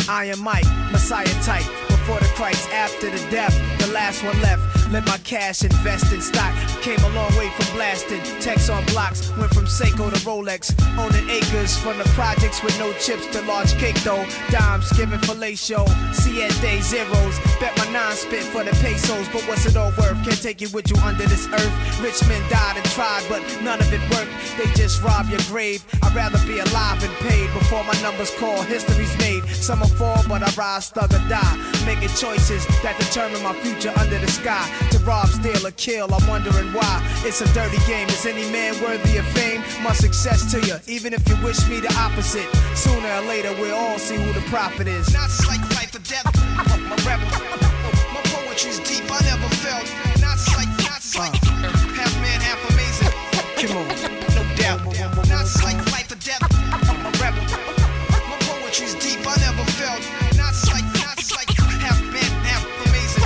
Speaker 11: Iron Mike, Messiah type. Before the Christ, after the death, the last one left. Let my cash invest in stock. Came a long way from blasting. Text on blocks, went from Seiko to Rolex. Owning acres from the projects with no chips to large cake though. Dimes giving fellatio, siete zeros. Bet my nine spit for the pesos, but what's it all worth? Can't take it with you under this earth. Rich men died and tried, but none of it worked. They just rob your grave. I'd rather be alive and paid before my numbers call. History's made. Some will fall, but I rise, thug or die. Making choices that determine my future under the sky. To rob, steal, or kill, I'm wondering why. It's a dirty game. Is any man worthy of fame? My success to you, even if you wish me the opposite. Sooner or later, we'll all see who the prophet is.
Speaker 10: Nazis like life or death. My rebel. My poetry's deep, I never felt. Nazis like Nazis like
Speaker 11: Uh.
Speaker 10: half man, half amazing. Come on, no doubt. Nazis like life or death. My rebel. My poetry's deep, I never felt. Nazis like Nazis like half man, half amazing.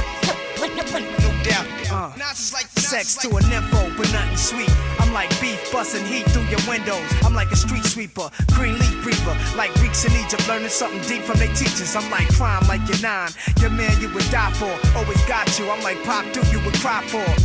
Speaker 10: No doubt.
Speaker 11: Uh.
Speaker 10: Nazis like
Speaker 11: Sex to an info, but nothing sweet. I'm like beef busting heat through your windows. I'm like a street sweeper, green leaf reaper. Like Greeks in Egypt, learning something deep from their teachers. I'm like crime, like your nine. Your man you would die for, always got you. I'm like pop, dude, you would cry for.